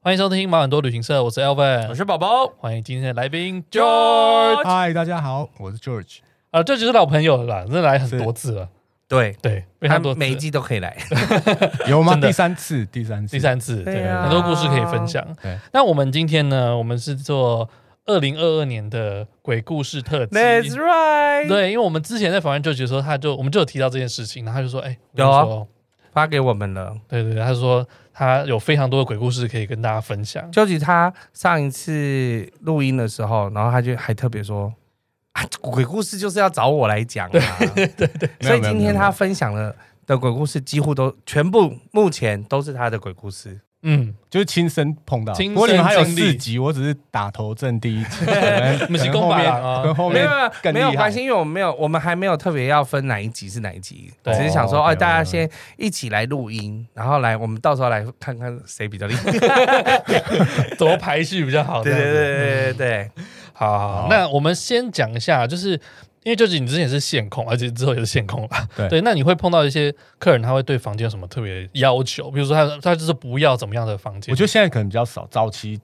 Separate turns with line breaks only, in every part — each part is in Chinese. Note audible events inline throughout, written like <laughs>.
欢迎收听毛很多旅行社，我是 Elvin，
我是宝宝
欢迎今天的来宾 George。
嗨，大家好，我是 George。
啊，这就是老朋友了啦，真的来很多次了，
对，
对，非
他
常多次
每一季都可以来。
有吗？
真的
第三次，第三次，
第。三次，对，
对啊
很多故事可以分享
对。
那我们今天呢，我们是做二零二二年的鬼故事特辑。
right，
对，因为我们之前在访问 George 的时候，他就我们就有提到这件事情，然后他就说：“哎、我跟
有
你
啊
说
发给我们了。
对对，对他说他有非常多的鬼故事可以跟大家分享。
究其他上一次录音的时候，然后他就还特别说啊，鬼故事就是要找我来讲啊。对对所以
没有没有
今
没有
天他分享了的鬼故事几乎都全部，目前都是他的鬼故事。
嗯，
就是亲身碰到，
亲身
不过你们还有
经历
四集，我只是打头阵第
<laughs>
一集，
我
我
们是公
后
霸
面
郎啊
跟后
没
面
有没有
哦更
没有
厉害
关系，因为我们没有，我们还没有特别要分哪一集是哪一集，只
对
是想说，
哦
哦，
，OK，OK，OK
大家先一起来录音，然后来，我们到时候来看看谁比较厉害。
怎么排序比较好？
对对
这样子，
对对对对，
好好好。
好
那我们先讲一下，就是因为 George 你之前是线控，而且之后也是线控啦。
对
那你会碰到一些客人，他会对房间有什么特别的要求？比如说他他就是不要怎么样的房间？
我觉得现在可能比较少，早期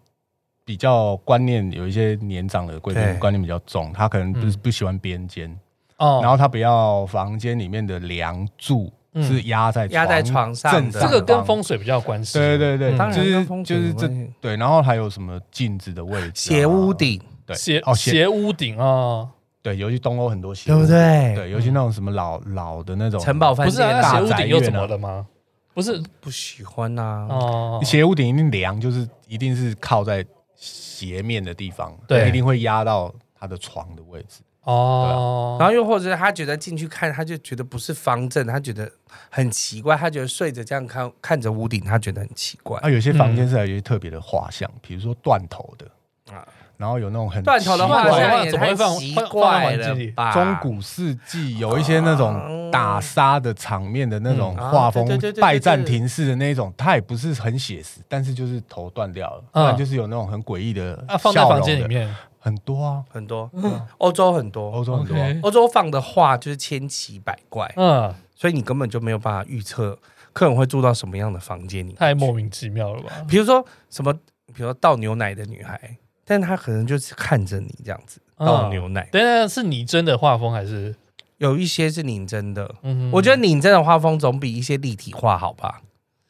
比较观念有一些年长的贵
对
宾观念比较重，他可能不是
嗯
不喜欢边间，
哦，
然后他不要房间里面的梁柱
嗯
是压在
压在床上的
正
这
上
个跟
方
风水比较有关系。
对对对，
嗯当
然
就
跟
是
风水
就
有
是这
关系
对，然后还有什么镜子的位置啊、
斜屋顶，
对
斜
哦斜
斜屋顶啊，
对，尤其东欧很多斜
对不
屋？
对？
对，尤其那种什么老老的那种
城堡饭
不是
店
啊，那
大
斜
啊
屋
宅
顶又
院
怎么
啊
了吗？不是
不喜欢啊呐。
哦，
斜屋顶一定梁，就是一定是靠在斜面的地方，
对
一定会压到他的床的位置。
哦，
啊
然后又或者是他觉得进去看，他就觉得不是方正，他觉得很奇怪，他觉得睡着这样看看着屋顶，他觉得很奇怪。
啊，有些房间是有一些特别的画像，比如说断头的
啊
啊，然后有那种很
断头的
奇怪
话，像也
奇怪
啊
怎么
太
会放
奇
放放到
怪
环境
了
里
吧？
中古世纪有一些那种打杀的场面的那种
嗯
画风
啊对对对对，
拜占庭式的那种，它也不是很写实，但是就是头断掉了，不然
嗯
就是有那种很诡异的
啊，放在
笑
房
容
间里
的
面
很多啊，
很多，
嗯
欧洲很多，
欧洲很多啊。
OK
欧洲放的画就是千奇百怪，
嗯，
所以你根本就没有办法预测客人会住到什么样的房间里。
太莫名其妙了吧？
比如说什么，比如说倒牛奶的女孩，但她可能就是看着你这样子
嗯
倒牛奶。
等等，是你真的画风还是？
有一些是拧针的，
嗯
我觉得拧针的画风总比一些立体画好吧？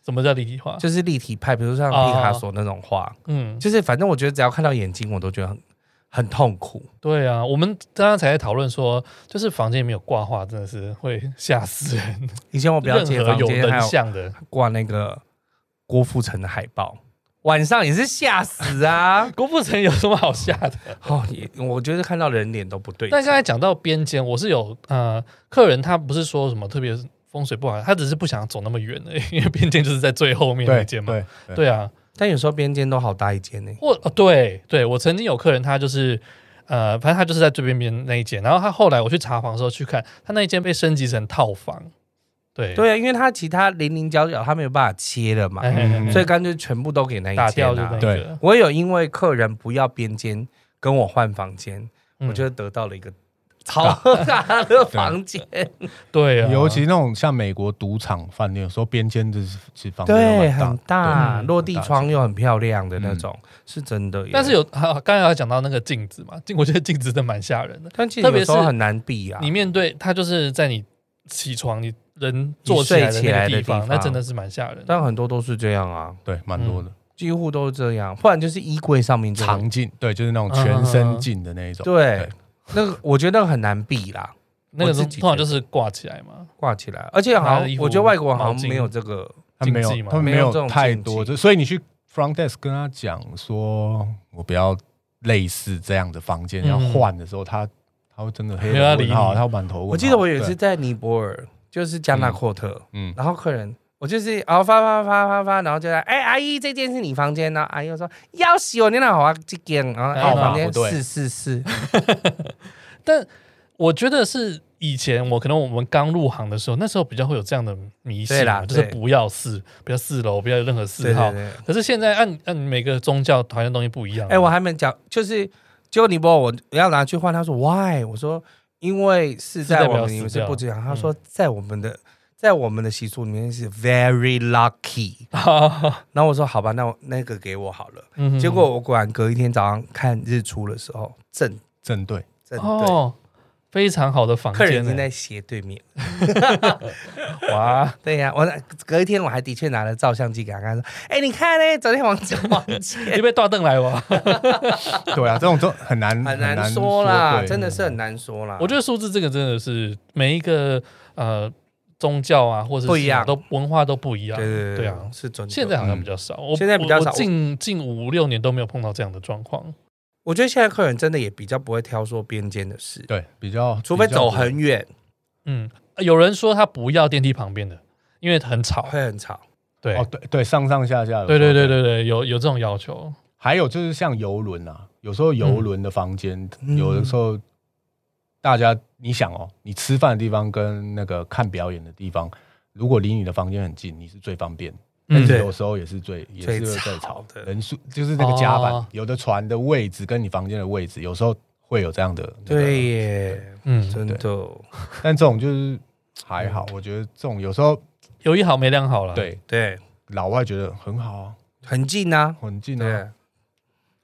什么叫立体画？
就是立体派，比如像
哦
毕卡索那种画，
嗯，
就是反正我觉得只要看到眼睛，我都觉得很很痛苦。
对啊，我们刚刚才在讨论说，就是房间里面有挂画，真的是会吓死
<laughs>
人。
以前我表姐
任何
房
有
间还
人
有
像的
挂那个郭富城的海报，晚上也是吓死啊！
郭富城有什么好吓的？
<laughs> 哦，也我觉得看到人脸都不对劲。
但刚才讲到边间，我是有呃，客人他不是说什么特别风水不好，他只是不想走那么远而已，因为边间就是在最后面那
对
间嘛。
对
对啊，
但有时候边间都好大一间呢、
或、哦、对对，我曾经有客人，他就是呃，反正他就是在最边边那一间，然后他后来我去查房的时候去看，他那一间被升级成套房，对
对啊，因为他其他零零角角他没有办法切了嘛，
哎哎哎
嗯
所以干脆全部都给那一
打
间
掉就那
啊
一。
对
个，
我有因为客人不要边间跟我换房间，
嗯
我觉得得到了一个超大的房间，
对啊，
尤其那种像美国赌场饭店，有时候边间就是其实房间都
对，
蛮大
很大，
对
落地窗又很漂亮的那
嗯
种，是真的耶。
但是有啊，刚才有讲到那个镜子嘛，镜我觉得镜子真的蛮吓人的。
但其实
特别
有时候
是
很难避啊
你。面对它就是在你起床，你人坐起来的
你睡起
那
来
个
的
地
地
方，
方
那真的是蛮吓人的。
但很多都是这样啊，
对，蛮多的
几乎都是这样，不然就是衣柜上面就有
长镜，对，就是那种
嗯
全身镜的那一种。
对，那个我觉得很难避啦，
那个
我自
通
己
通常
觉得
就是挂起来嘛，
挂起来，而且好
拿了衣
像
服
我觉得外国好
毛
像
巾
没有这个，
他们没
禁忌
有，
吗
他们
没
没
有这
有
种
太
禁忌
多，就所以你去 front desk 跟他讲说，我不要类似这样的房间，
嗯
要换的时候，他他会真的黑
没有要理你
好，他会满头问号。
我记得我有一次
对，
在尼泊尔，就是加纳阔特，
嗯，
然后客人我就是然后发发发发发，然后就来，哎、阿姨，这间是你房间呢？然后阿姨就说要死哦，你那好啊，这间，然后
哎
啊我房
那
间
不对
四四四，
但我觉得是以前我可能我们刚入行的时候，那时候比较会有这样的迷
对
信嘛，
啦
就是
对
不要四，不要四楼，不要有任何四
对对
号。
对。
可 <laughs> 是现哦在按按每个宗教讨厌的东西不一样。
哎、我还没讲，就是就你波，我要拿去换，他说 why？我说因为是在我
是代表
们你们
死
是
掉嗯
不知道，他说在我们的在我们的习俗里面是 very lucky。然后我说好吧，那我那个给我好了。
<laughs> 啊嗯
结果我果然隔一天早上看日出的时候，正
正对，
正对，
哦，非常好的房
客人
间欸
已
呢、
经在斜对面。
<laughs> 哇，
对呀、我那隔一天我还的确拿了照相机给他看，说：“哎、你看呢，昨天往
<laughs>
前往前。”
你被大凳来哦哇！
对啊，这种都很难
很
难
难说啦，
对
真的是很难说啦。
嗯我觉得数字这个真的是每一个呃宗教啊，或者是
不一样
都文化都不一样。
对对
对
对
啊
啊，是准。
现在好像比较少，我
现在比较少
我我近近五六年都没有碰到这样的状况。
我觉得现在客人真的也比较不会挑说边间的事，
对比较，
除非
比较
走很远
嗯，有人说他不要电梯旁边的，因为很吵。
会很吵。
对，
哦，对对，上上下下的，
对对对对对，有有这种要求。
还有就是像游轮啊，有时候游轮的房间，
嗯
有的时候大家你想哦，你吃饭的地方跟那个看表演的地方，如果离你的房间很近，你是最方便，但
嗯，
是
对
有时候也是最也是会最吵
最吵的
人数就是那个甲板，
哦
有的船的位置跟你房间的位置，有时候会有这样的、那个
对，耶，
嗯，
真的。
但这种就是还好，
嗯
我觉得这种有时候
有一好没两好了。，
对
对，
老外觉得很好啊，
很近啊。
很近啊，
对，啊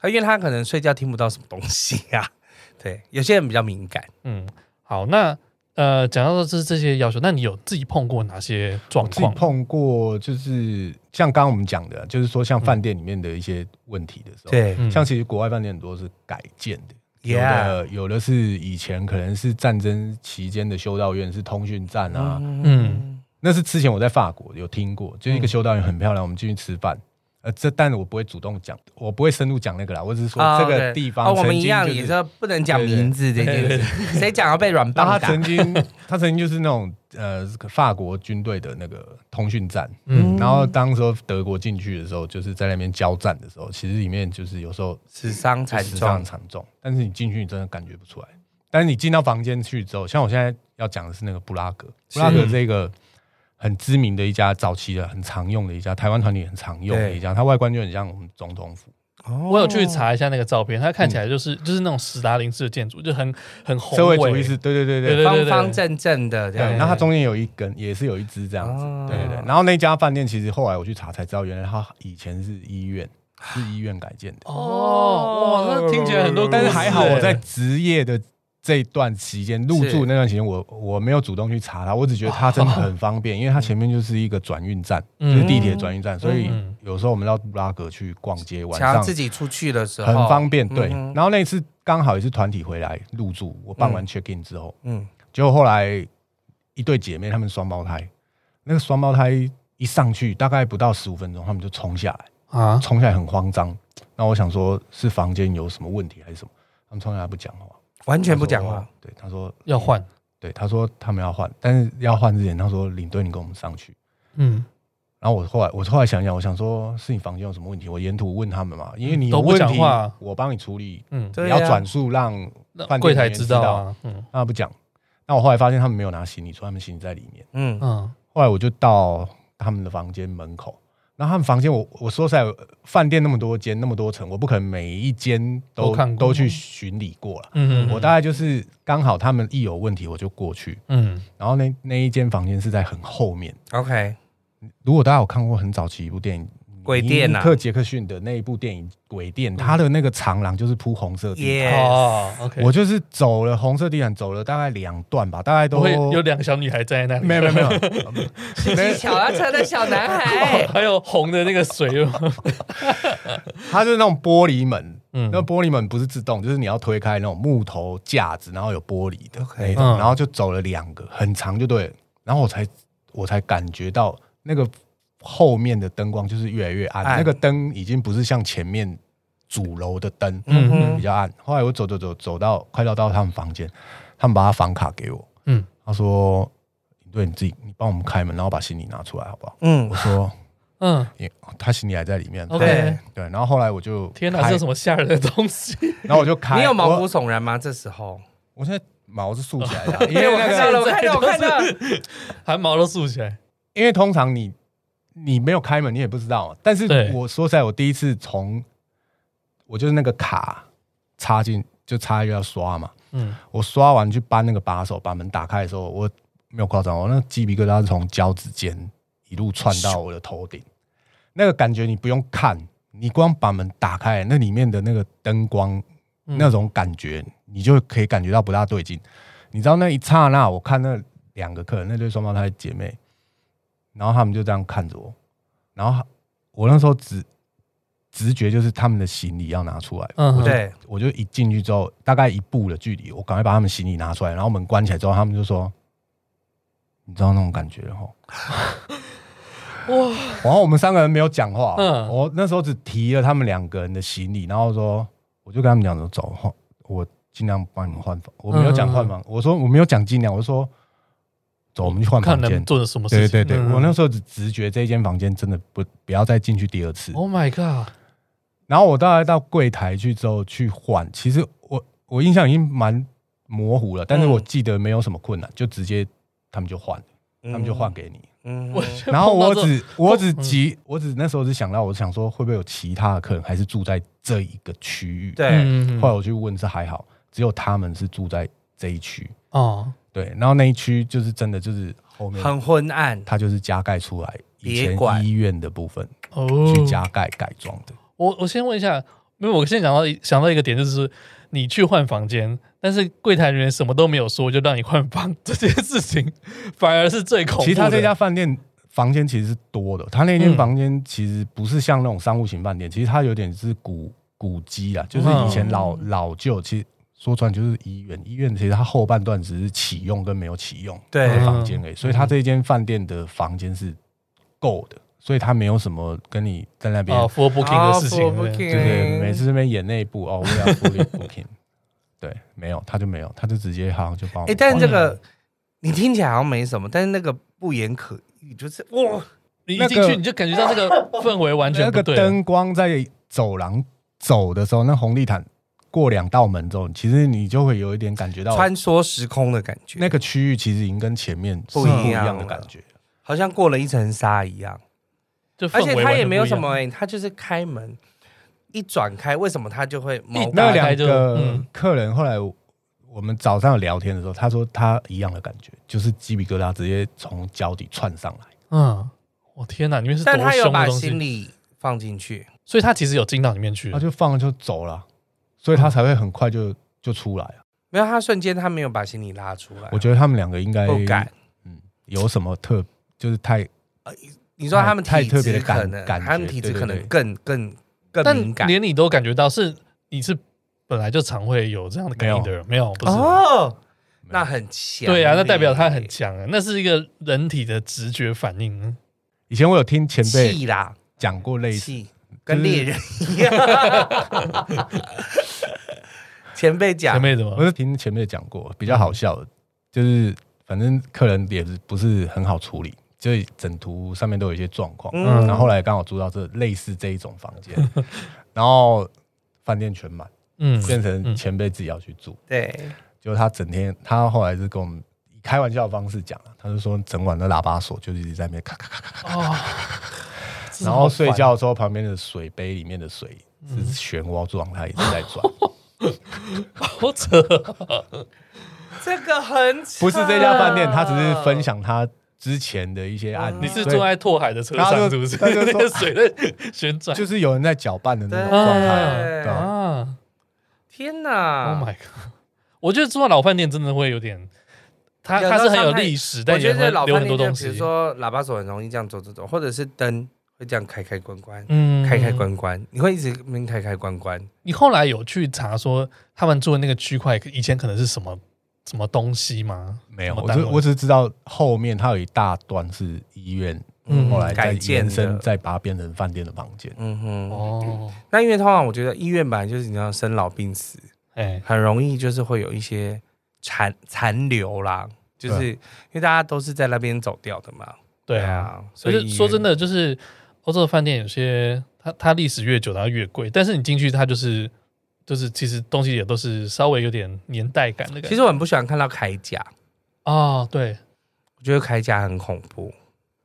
他因为他可能睡觉听不到什么东西啊。 <laughs> 对，有些人比较敏感。
嗯，好，那呃，讲到这这些要求，那你有自己碰过哪些
我
状
自己
况？
碰过，就是像刚刚我们讲的，就是说像饭店里面的一些问题的时候，
对
嗯
像其实国外饭店很多是改建的。有
，Yeah，
的啊有的是以前可能是战争期间的修道院是通讯站啊，
嗯
嗯，
那是之前我在法国有听过，就是一个修道院很漂亮，我们进去吃饭。呃，这但我不会主动讲，我不会深入讲那个啦，我只是说
啊
这
对
个地方
哦，
曾
我
经、就是
们一样也是不能讲
对对对
名字这件事，谁讲要被软
然
棒
后他 <laughs>
打
曾。经，他曾经就是那种呃法国军队的那个通讯站，
嗯
然后当时候德国进去的时候，就是在那边交战的时候，其实里面就是有时候
死伤惨
死伤
重，
惨重，但是你进去你真的感觉不出来。但是你进到房间去之后，像我现在要讲的是那个布拉格，布拉格这个很知名的一家早期的很常用的一家台湾团体很常用的一家，它外观就很像我们总统府，
我有去查一下那个照片，它看起来就是就是那种史达林式的建筑，就很很宏伟。
嗯社会主义是，对对对对
对对
方方正正的这
对，
样。
然后它中间有一根，也是有一只这样子，
哦
对对对。然后那家饭店其实后来我去查才知道，原来它以前是医院，是医院改建的。
哦，哇，那听起来很多故事欸，
但是还好我在职业的这一段期间入
是
住那段期间，我我没有主动去查它，我只觉得它真的很方便，因为它前面就是一个转运站，
嗯
就是地铁转运站，所以
嗯
有时候我们到布拉格去逛街，晚
想要
上
嗯自己出去的时候，
很方便。对，
嗯哼
然后那次刚好也是团体回来入住，我办完 check in 之后，
嗯，
结果后来一对姐妹，她们双胞胎，那个双胞胎一上去大概不到十五分钟，她们就冲下来，
啊，
冲下来很慌张。那我想说，是房间有什么问题还是什么？她们冲下来不讲话，
完全不讲
她
话
说。。对，她说，
要换，
对，她说他们要换，但是要换之前，她说领队你跟我们上去。
嗯，
然后我后来，我后来想一想，我想说是你房间有什么问题？我沿途问他们嘛，因为你
都
有
不
问
讲
题
话，
我帮你处理，
嗯，
对
你要
啊
转述让
那
饭店
柜台
人员
知
知道
道啊，嗯
让他不讲。那我后来发现他们没有拿行李出，他们行李在里面。
嗯，
嗯，
后来我就到他们的房间门口，然后他们房间我我说实在，饭店那么多间那么多层，我不可能每一间
都
都
看过
都去巡礼过了。
嗯嗯
我大概就是刚好他们一有问题我就过去，
嗯，
然后那那一间房间是在很后面。
OK，
如果大家有看过很早期一部电影《
鬼店
尼
啊
克杰克逊的那一部电影《鬼
嗯
店》，他的那个长廊就是铺红色地毯。
耶，
哦，OK，
我就是走了红色地毯，走了大概两段吧，大概
不
都
会有两个小女孩站在那里，
没有没有没有，
<laughs>
骑小拉车的小男孩
还有红的那个水， <laughs>
它就是那种玻璃门，
嗯
那玻璃门不是自动，就是你要推开那种木头架子，然后有玻璃的
OK
那
嗯
种，然后就走了两个，很长就对了，然后我才我才感觉到那个后面的灯光就是越来越暗，
暗
那个灯已经不是像前面主楼的灯，
嗯
嗯，比较暗。后来我走走走走到快要到他们房间，他们把他房卡给我，
嗯
嗯，他说。对，对，你自己，你帮我们开门，然后把行李拿出来，好不好？
嗯
我，说，
嗯
也哦他行李还在里面。
，OK，
对
对，然后后来我就
天哪，
哪，
这是什么吓人的东西？ <laughs>
然后我就开，
你有毛
我
骨悚然吗？这时候，
我现在毛是竖起来的啊，因为 <laughs>
我
那
看到
个，
了，我看到，我看到了，
汗毛都竖起来。
因为通常你你没有开门，你也不知道。但是
对
我说实在，我第一次从我就是那个卡插进，就插一个要刷嘛，
嗯，
我刷完去搬那个把手，把门打开的时候，我没有夸张，我那鸡皮疙瘩是从脚趾尖一路窜到我的头顶，那个感觉你不用看，你光把门打开，那里面的那个灯光
嗯
那种感觉，你就可以感觉到不大对劲。你知道那一刹那，我看那两个客人，那对双胞胎姐妹，然后他们就这样看着我，然后我那时候直直觉就是他们的行李要拿出来，
嗯
我就
对，
我就一进去之后，大概一步的距离，我赶快把他们行李拿出来，然后门关起来之后，他们就说：“你知道那种感觉吼？”哇！然后我们三个人没有讲话，
嗯
我那时候只提了他们两个人的行李，然后说，我就跟他们讲说：“走，换我尽量帮你们换房。”我没有讲换
嗯
房，我说我没有讲尽量，我说走，我们去换
看
房
能
间。
做什么
对
事
对
情。
对，
嗯
我那时候只直觉这间房间真的不不要再进去第二次。
Oh my god！
然后我大概到柜台去之后去换，其实我我印象已经蛮模糊了，
嗯
但是我记得没有什么困难，就直接他们就换，
他
他们就换，给
<laughs>
你。
嗯
我觉得
然
嗯
后
碰到
我
这种嗯
只我只急，我只那时候只想到，我想说会不会有其他的客人还是住在这一个区域？。
对，
嗯嗯嗯
后来我去问是还好，只有他们是住在这一区。
哦，
对，然后那一区就是真的就是后面，
很昏暗，
它就是加盖出来以
别
前
管
医院的部分
哦，
去加盖改装的。
我我先问一下，没有，我先想到一想到一个点，就是你去换房间，但是柜台人员什么都没有说，就让你换房，这件事情 <laughs> 反而是最恐怖的。
其实他这家饭店房间其实是多的，他那间
嗯
房间其实不是像那种商务型饭店，其实它有点是古古迹啊，就是
嗯
以前老、老旧。其实说穿就是医院，医院其实它后半段只是启用跟没有启用
对
的房间
嗯
而已，所以它这间饭店的房间是够的，所以它没有什么跟你在那边。
哦嗯 f o r booking 的事情，
不
对
对对，每次这边演那一部哦，我也要 fully booking，对， <laughs> 没有，他就没有，他就直接好就帮我
哎，
们换。
但是这个你听起来好像没什么，但是那个不言可喻，就是哇，
你一
那
进
个
去你就感觉到那个氛围完全
那
不
个
对了。
灯光在走廊走的时候，那红地毯过两道门之后，其实你就会有一点感觉到
穿梭时空的感觉，
那个区域其实已经跟前面是
不
不
一
一
样
样的
了
感觉。
好像过了一层纱一样。
就氛
而
围
且
完
他
全
也没有
不一
什
样
么哎、他就是开门一转开，为什么他就会毛
一
那
打
两
开就
个
嗯
客人后来我们早上聊天的时候，他说他一样的感觉，就是鸡皮疙瘩直接从脚底窜上来。
嗯，我天哪，里面是多
但他有
凶的
把
东
行
西，
李放进去，
所以他其实有进到里面去
哦
他。就放了就走了，所以他才会很快就就出来了。
没有他瞬间他没有把行李拉出
嗯
来，
我觉得他们两个应该
不敢。
嗯，有什么特就是太
你说他们
太
体
太特别
质
的感
可能，
感觉
他们体质可能
对对对
更更更
但
敏感
连你都感觉到是你是本来就常会有这样的感应的人，没有不是？
哦，哎那很强欸烈，
对啊，那代表他很强啊，那是一个人体的直觉反应。啊
以前我有听前辈
气啦，
讲过类似
气跟猎人一样。
<laughs>
前辈
前
讲，
辈怎么
我？是听前面讲过，比较
嗯
好笑的，就是反正客人也是不是很好处理，就是整图上面都有一些状况。
嗯
然后后来刚好住到这类似这一种房
<laughs>
间，然后饭店全满，
嗯
变成前辈自己要去住。
对，
就他整天，他后来是跟我们以开玩笑的方式讲啊了，他就说整晚的喇叭锁就一直在那边咔咔咔咔咔，
哦，
然后睡觉的时候旁边的水杯里面的水是漩涡状态一直在转。
好扯，
这个很扯
不是这家饭店，他只是分享他之前的一些案
嗯
你
例。
是
所以
坐在拓海的车
然后
上
就是
不是？
他就
<laughs> 那
说
个水在旋转
就是有人在搅拌的那
对
种状态，对啊
啊
天哪
！Oh my god！我觉得住到老饭店真的会有点，它
有
它
时候
是很有
上饭
历史，
我
但
觉
也
得
会
老
留
饭
很多
店就
东
比如
西。
说喇叭手很容易这样走走走，或者是灯会这样开开关关，
嗯
开开关关，你会一直边开开关关。
你后来有去查说他们住的那个区块以前可能是什么什么东西吗？
没有，
哦
什么
我
单
只
位
我只知道后面它有一大段是医院，
嗯
后来再
改建
延伸，
的
再把它变成饭店的房间。
嗯哼，
哦，
那因为通常我觉得医院本来就是你知道生老病死，
哎，
很容易就是会有一些残残留啦，就是因为大家都是在那边走掉的嘛。
对啊，
啊，所
所
以
以说真的就是欧洲的饭店有些它它历史越久它越贵，但是你进去它就是就是其实东西也都是稍微有点年代感的感觉。
其实我很不喜欢看到铠甲，
哦，对，
我觉得铠甲很恐怖。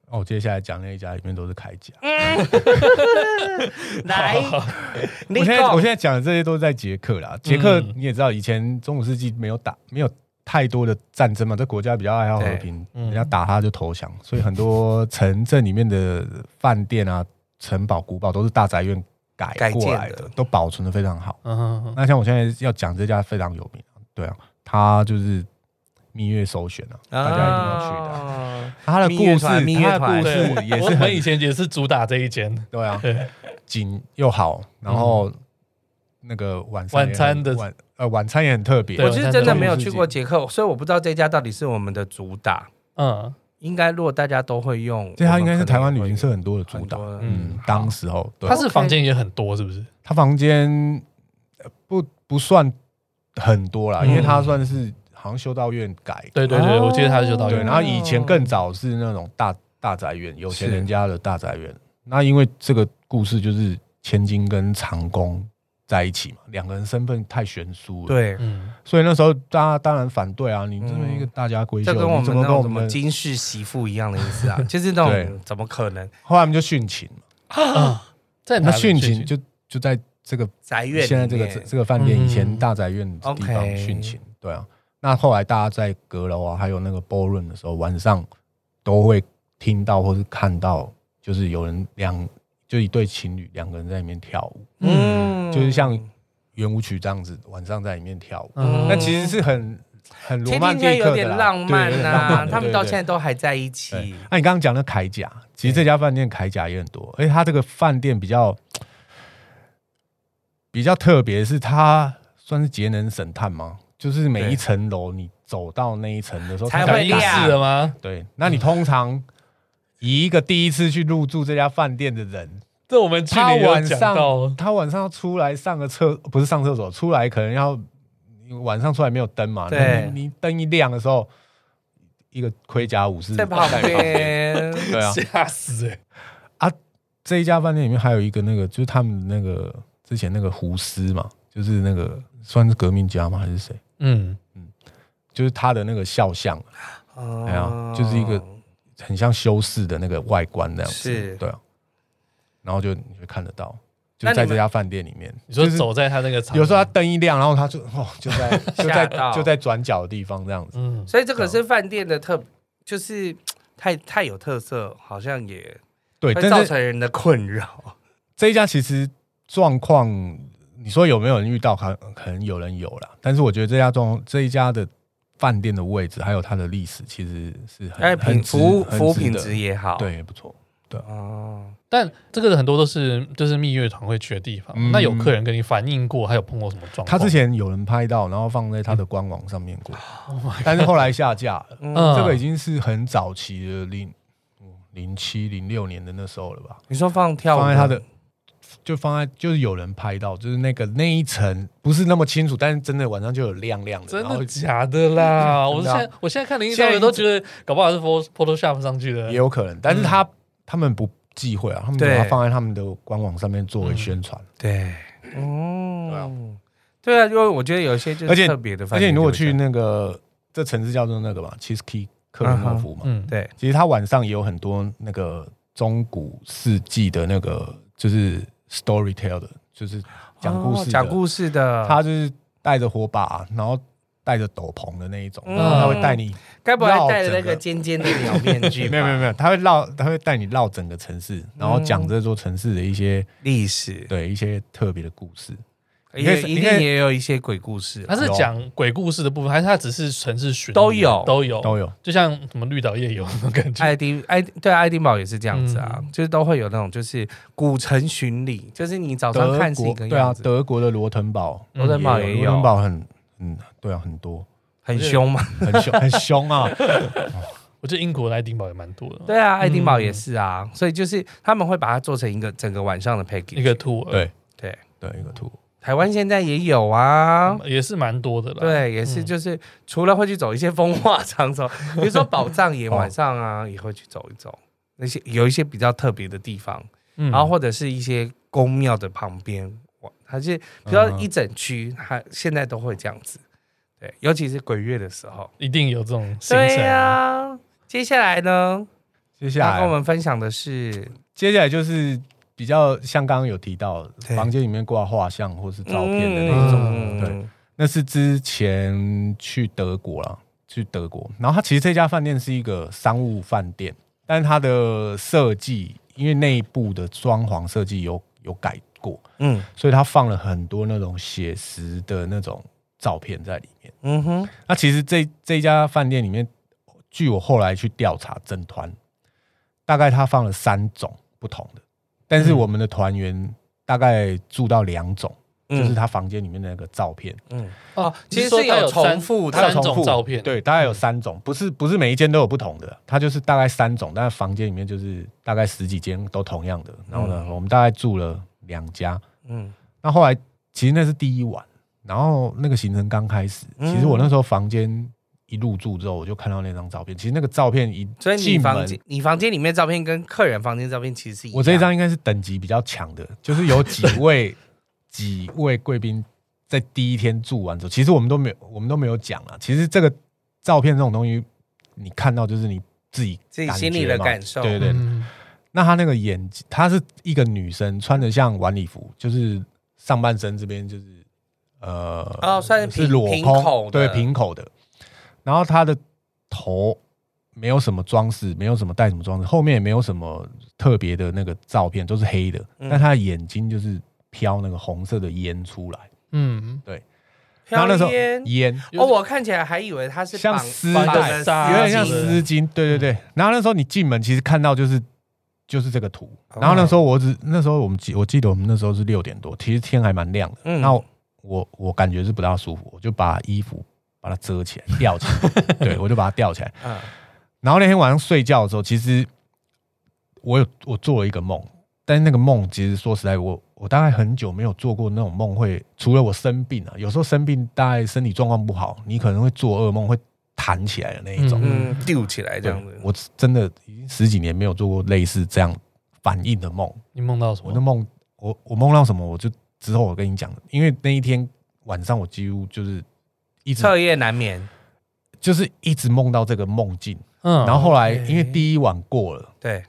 哦，我接下来讲那一家里面都是铠甲。
<laughs> 来，你
我现在
讲
我现在讲的这些都是在捷克啦。捷克
嗯
你也知道，以前中古世纪没有打没有太多的战争嘛，这国家比较爱好和平，
对嗯
人家打他就投降，所以很多城镇里面的饭店啊、城堡、古堡都是大宅院
改
改
建
过来
的
的，都保存的非常好。
嗯哼哼，
那像我现在要讲这家非常有名，对啊，它就是蜜月首选啊，大家一定要去的啊。
的。
它的
蜜
故
月
事，
团蜜月
它的
团
故
对，我
事也
我
是
们
很
以前也是主打这一间，
对啊，
对，
景又好，然后那个晚餐也
晚
很
餐的
晚呃晚餐也很特别
对
我，是真的没有去过捷克，所以我不知道这家到底是我们的主打。
嗯，
应该如果大家都会用，
这它应该
我
是
们可能
台湾旅行社很多的
也会
主打
很。多的
嗯
嗯，当时候对
它
他
是房间也很多，是不是？
他房间呃不不算很多啦，
嗯
因为它算是好像修道院改
对对对，
哦
我记得它是修道
对，
院
然，后以前更早是那种大大宅院，有钱人家的大宅院。那因为这个故事就是千金跟长工在一起嘛，两个人身份太悬殊了，
对，嗯
嗯，
所以那时候大家当然反对啊，你这么一个大家闺秀，
这跟我
你怎
们
么
那
跟
种
我
什么
们的？
金氏媳妇一样的意思啊， <laughs> 就是那种
对
怎么可能
后来我们就殉情嘛，
啊在哪
那
里
殉情
情
就就在这个
宅院里面？
现在这个这个饭店
嗯
以前大宅院的地方
OK
殉情，对啊。那后来大家在阁楼啊，还有那个 ballroom 的时候，晚上都会听到或是看到，就是有人两就一对情侣两个人在里面跳舞，
嗯，
就是像圆舞曲这样子，晚上在里面跳舞。
嗯
那其实是很很罗
天
曼
天
蒂
天有
克的
点
啦
浪漫
对有点浪
呐
漫，的
他们到
对对
现在都还在一
对
起，
那、你刚刚讲的铠甲，其实这家饭店铠甲也很多，而且它这个饭店比较比较特别，是它算是节能省碳吗？就是每一层楼你走到那一层的时候，
才
它
讲
会
就
英
打
亮
式的吗？
对，那你通常以一个第一次去入住这家饭店的人，
这我们去
他
年有
晚
讲到
上，他晚上要出来上个厕，不是上厕所，出来可能要晚上出来没有灯嘛，
对
那你你灯一亮的时候，一个盔甲武士
在旁
边，
边，
<laughs> 对啊，
吓死哎，
这一家饭店里面还有一个那个，就是他们那个之前那个胡斯嘛，就是那个算是革命家吗？还是谁？
嗯，
就是他的那个肖像，
哦
哎呀就是一个很像修士的那个外观那样子，
是
对啊。然后就你会看得到，就
那你
在
们
这家饭店里面，
你说
就是
走在他那个场，
有时候他灯一亮，然后他就哦，就在
<laughs>
就
吓
在
到
就在转角的地方这样子。
嗯，
所以这个是饭店的特，就是太太有特色，好像也
对，
会造
但是
成人的困扰。
这一家其实状况，你说有没有人遇到？可能可能有人有啦，但是我觉得这家状这一家的饭店的位置还有它的历史，其实是
哎，
很
品
很值
服务
很
服务
值
品
得
质也好，
对不错。
哦，
但这个很多都是就是蜜月团会去的地方。
嗯
那有客人跟你反映过，还有碰过什么状况？
他之前有人拍到，然后放在他的官网上面过，
嗯
但是后来下架
<laughs>
了。
嗯
这个已经是很早期的零零七零六年的那时候了吧？
你说放跳舞
放在他的，就放在就是有人拍到，就是那个那一层不是那么清楚，但是真的晚上就有亮亮的，
真
然后
的假的
<laughs>
啦？我
真
现
的啊
在我现在看林
现
照
在
片都觉得，搞不好是 Photo- Photoshop 上去的
也。有可能，但是他、他们不忌讳啊，他们
嗯
把
对嗯
它放在他们的官网上面作为宣传。
对，哦，对啊，因为我觉得有些就
啊而
是
且
特别的饭
而且
店
你
就
如
会
果
这
去
样，
那个这城市叫做那个嘛 c h e s e k e 克伦诺夫嘛，
嗯，
对，
其实它晚上也有很多那个中古世纪的那个就是 storytell 的，就是讲故事
哦
的
讲故事的，
他就是带着火把，然后带着斗篷的那一种，
嗯
然后他会带你，
该不会戴着那
绕整
个
个
尖尖的鸟面具吧？
<laughs> 没有没有没有，他会绕，他会带你绕整个城市，然后
嗯
讲这座城市的一些
历史，
对一些特别的故事。你可
也
以
一
你可
定
以
也有一些鬼故事啦啊
他。是讲鬼故事的部分，还是他只是城市巡
都有
都有
都有，哎
就像什么绿岛夜游那种感觉。
爱丁爱对爱丁堡也是这样子啊，就是都会有那种就是古城巡礼，就是你早上
德
看是一
国
个
对啊
样，子，
德国的罗滕堡，
罗登堡也
罗
有
滕，堡很嗯，对啊，很多
很凶嘛。
很凶很凶啊， <laughs>
我觉得英国的爱丁堡也蛮多的，
对啊，爱丁堡也是啊，所以就是他们会把它做成一个整个晚上的 package。
一个 tour。
对
对
对一个图。
台湾现在也有啊。
也是蛮多的啦。，
对，也是，
嗯
就是除了会去走一些风化场
<laughs>
所，比如说宝藏岩晚上
哦
啊，也会去走一走。那些有一些比较特别的地方，
嗯
然后或者是一些宫庙的旁边，哇，它是比较
嗯
一整区，它现在都会这样子。对，尤其是鬼月的时候。
一定有这种行
对
程。啊
呀、接下来呢，
接下
要跟我
来
们分享的是
接下来就是比较像刚刚有提到
对
房间里面挂画像或是照片的那种，
嗯
对，那是之前去德国啦，去德国。然后它其实这家饭店是一个商务饭店，但是它的设计，因为内部的装潢设计有有改过，
嗯
所以它放了很多那种写实的那种照片在里面。
嗯哼，
那其实这这家饭店里面，据我后来去调查整团，大概它放了三种不同的，但是我们的团员大概住到两种，就是
嗯
他房间里面的那个照片。
嗯，
哦，
其实
你说
是有
它有
重
三
复的
它
三
有重
种
复
照片，，
对，大概有三种，不是不是每一间都有不同的，它就是大概三种，但是房间里面就是大概十几间都同样的。然后呢，
嗯
我们大概住了两家。
嗯
那后来其实那是第一晚，然后那个行程刚开始，
嗯
其实我那时候房间一入住之后，我就看到那张照片。其实那个照片一
所以你
进
房
门，
间你房间里面的照片跟客人房间照片其实是一样
我这一张应该是等级比较强的，就是有几位 <laughs> 几位贵宾在第一天住完之后，其实我们都没有我们都没有讲啊。其实这个照片这种东西，你看到就是你自己
自己心里的
嘛
感受
对对对。
嗯，
那她那个眼睛，她是一个女生，穿的像晚礼服，就是上半身这边就是呃
哦算是平
裸
平口
空，
的
对平口的。然后她的头没有什么装饰，没有什么带什么装饰，后面也没有什么特别的那个照片，都是黑的。
嗯
但她的眼睛就是飘那个红色的烟出来，
嗯，
然后那时候
飘烟
烟
哦，我看起来还以为他是
像
绑
丝
绑
带
的
有
有点像
巾
丝巾，对对对。
嗯
然后那时候你进门，其实看到就是就是这个图。
哦
然后那时候我只那时候我们记我记得我们那时候是六点多，其实天还蛮亮的。
嗯
那我我我感觉是不大舒服，我就把衣服把它遮起来，吊起来。对，我就把它吊起来。
嗯
然后那天晚上睡觉的时候，其实我有我做了一个梦，但是那个梦其实说实在，我我大概很久没有做过那种梦会，除了我生病啊，有时候生病大概身体状况不好，你可能会做噩梦，会弹起来的那一种。
嗯丢起来这
对
样子，
我真的已经十几年没有做过类似这样反应的梦。
你梦到什
我的
么？
梦，我我梦到什么，我就之后我跟你讲，因为那一天晚上我几乎就是一直
彻夜难眠，
就是一直梦到这个梦境，
嗯，
然后后来
OK
因为第一晚过了。
对，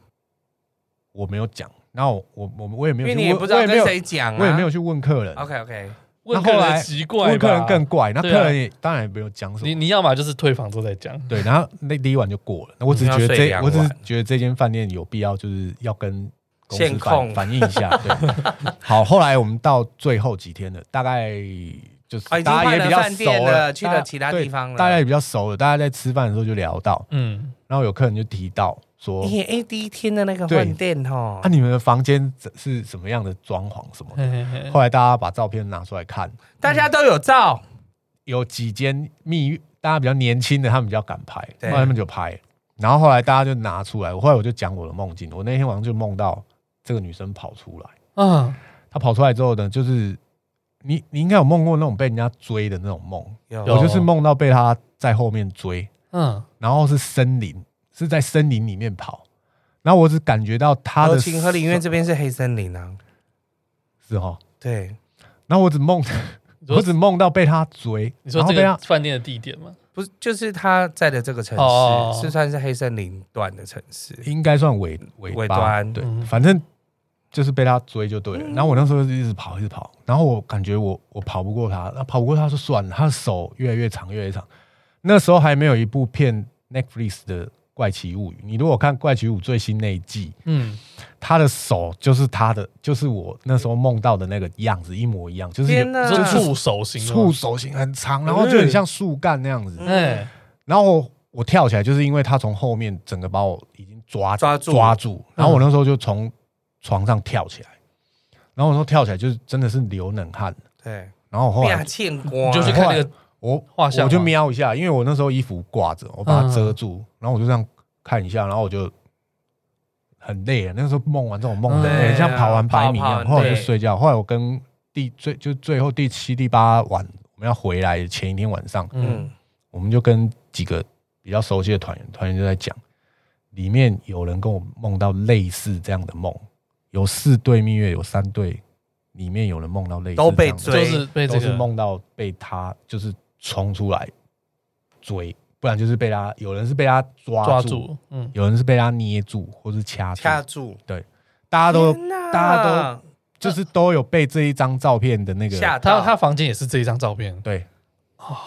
我没有讲，然后我我我也没
因
有
为
去问，
你也不知道
我也没
跟
有，
谁讲啊，
我也没有去问客人。
OK OK，
问
那
客
后
人
来
奇怪吧，
问客人更怪，那
对
客
啊
人也当然也没有讲什
你
么。
你要么就是退房之后再讲，
对，然后那第一晚就过了。那我只是觉
你要
得
睡
这，
两
我
晚
只是觉得这间饭店有必要，就是要跟公司
限控
反反映一下。对，好，后来我们到最后几天了，大概就是
哦已经
大家也比较
换了饭店
熟
了去了
大家
其他
对
地方了
大家也比较熟了。大家在吃饭的时候就聊到，
嗯，
然后有客人就提到说
哎、哎，第一天的那个
对
换店哦：“
啊，，你们的房间是什么样的装潢什么的？”
嘿嘿嘿
后来大家把照片拿出来看，
大家都有照，
有几间蜜月，大家比较年轻的，他们比较敢拍，
对
后来他们就拍。然后后来大家就拿出来，我后来我就讲我的梦境，我那天晚上就梦到这个女生跑出来，
啊，
她跑出来之后呢，就是你你应该有梦过那种被人家追的那种梦，
有
有
我就是梦到被她在后面追，
嗯，
然后是森林，是在森林里面跑，然后我只感觉到她
合
的
情合理，因为这边是黑森林啊，
是哈，
对，
然后我只梦
你说
我只梦到被她追，
你说
然后
这
被
个
她
饭店的地点吗？
不是就是他在的这个城市、
哦
是算是黑森林段的城市，
应该算尾尾
尾
巴
端
对，
嗯
反正就是被他追就对了。然后我那时候就一直跑，一直跑，然后我感觉我我跑不过他，那跑不过他就算了，他的手越来越长，越来越长。那时候还没有一部片 Netflix 的《怪奇物语》，你如果看《怪奇物语》最新那一季，
嗯，
他的手就是他的，就是我那时候梦到的那个样子，一模一样，就是
天
有
你
哪，
说触手型的
啊触
吗，
手型很长，然后就很像树干那样子。
哎，
然后我我跳起来，就是因为他从后面整个把我已经抓
抓住
抓住，
嗯
然后我那时候就从床上跳起来，然后我说跳起来就是真的是流冷汗，
对，
然后我后
变
来
欠光、
你
啊，
哎就去看那个
我
画像吗，
我就瞄一下，因为我那时候衣服挂着，我把它遮住，
嗯
然后我就这样看一下，然后我就很累了。那时候梦完这种梦，
嗯哎
很像跑完百米一
对啊跑
样，
跑
后来我就睡觉。后来我跟第最就最后第七、第八晚，我们要回来前一天晚上，
嗯，
我们就跟几个比较熟悉的团员，团员就在讲，里面有人跟我梦到类似这样的梦，有四对蜜月，有三对，里面有人梦到类似
都被
这
追
样的
就是被这
都
个
是梦到被他就是冲出来追，不然就是被他有人是被他抓
抓住，嗯，
有人是被他捏住或是掐住，
掐住，
大家都
天哪
大家就是都有被这一张照片的那个
吓
他
到
他房间也是这一张照片，
对，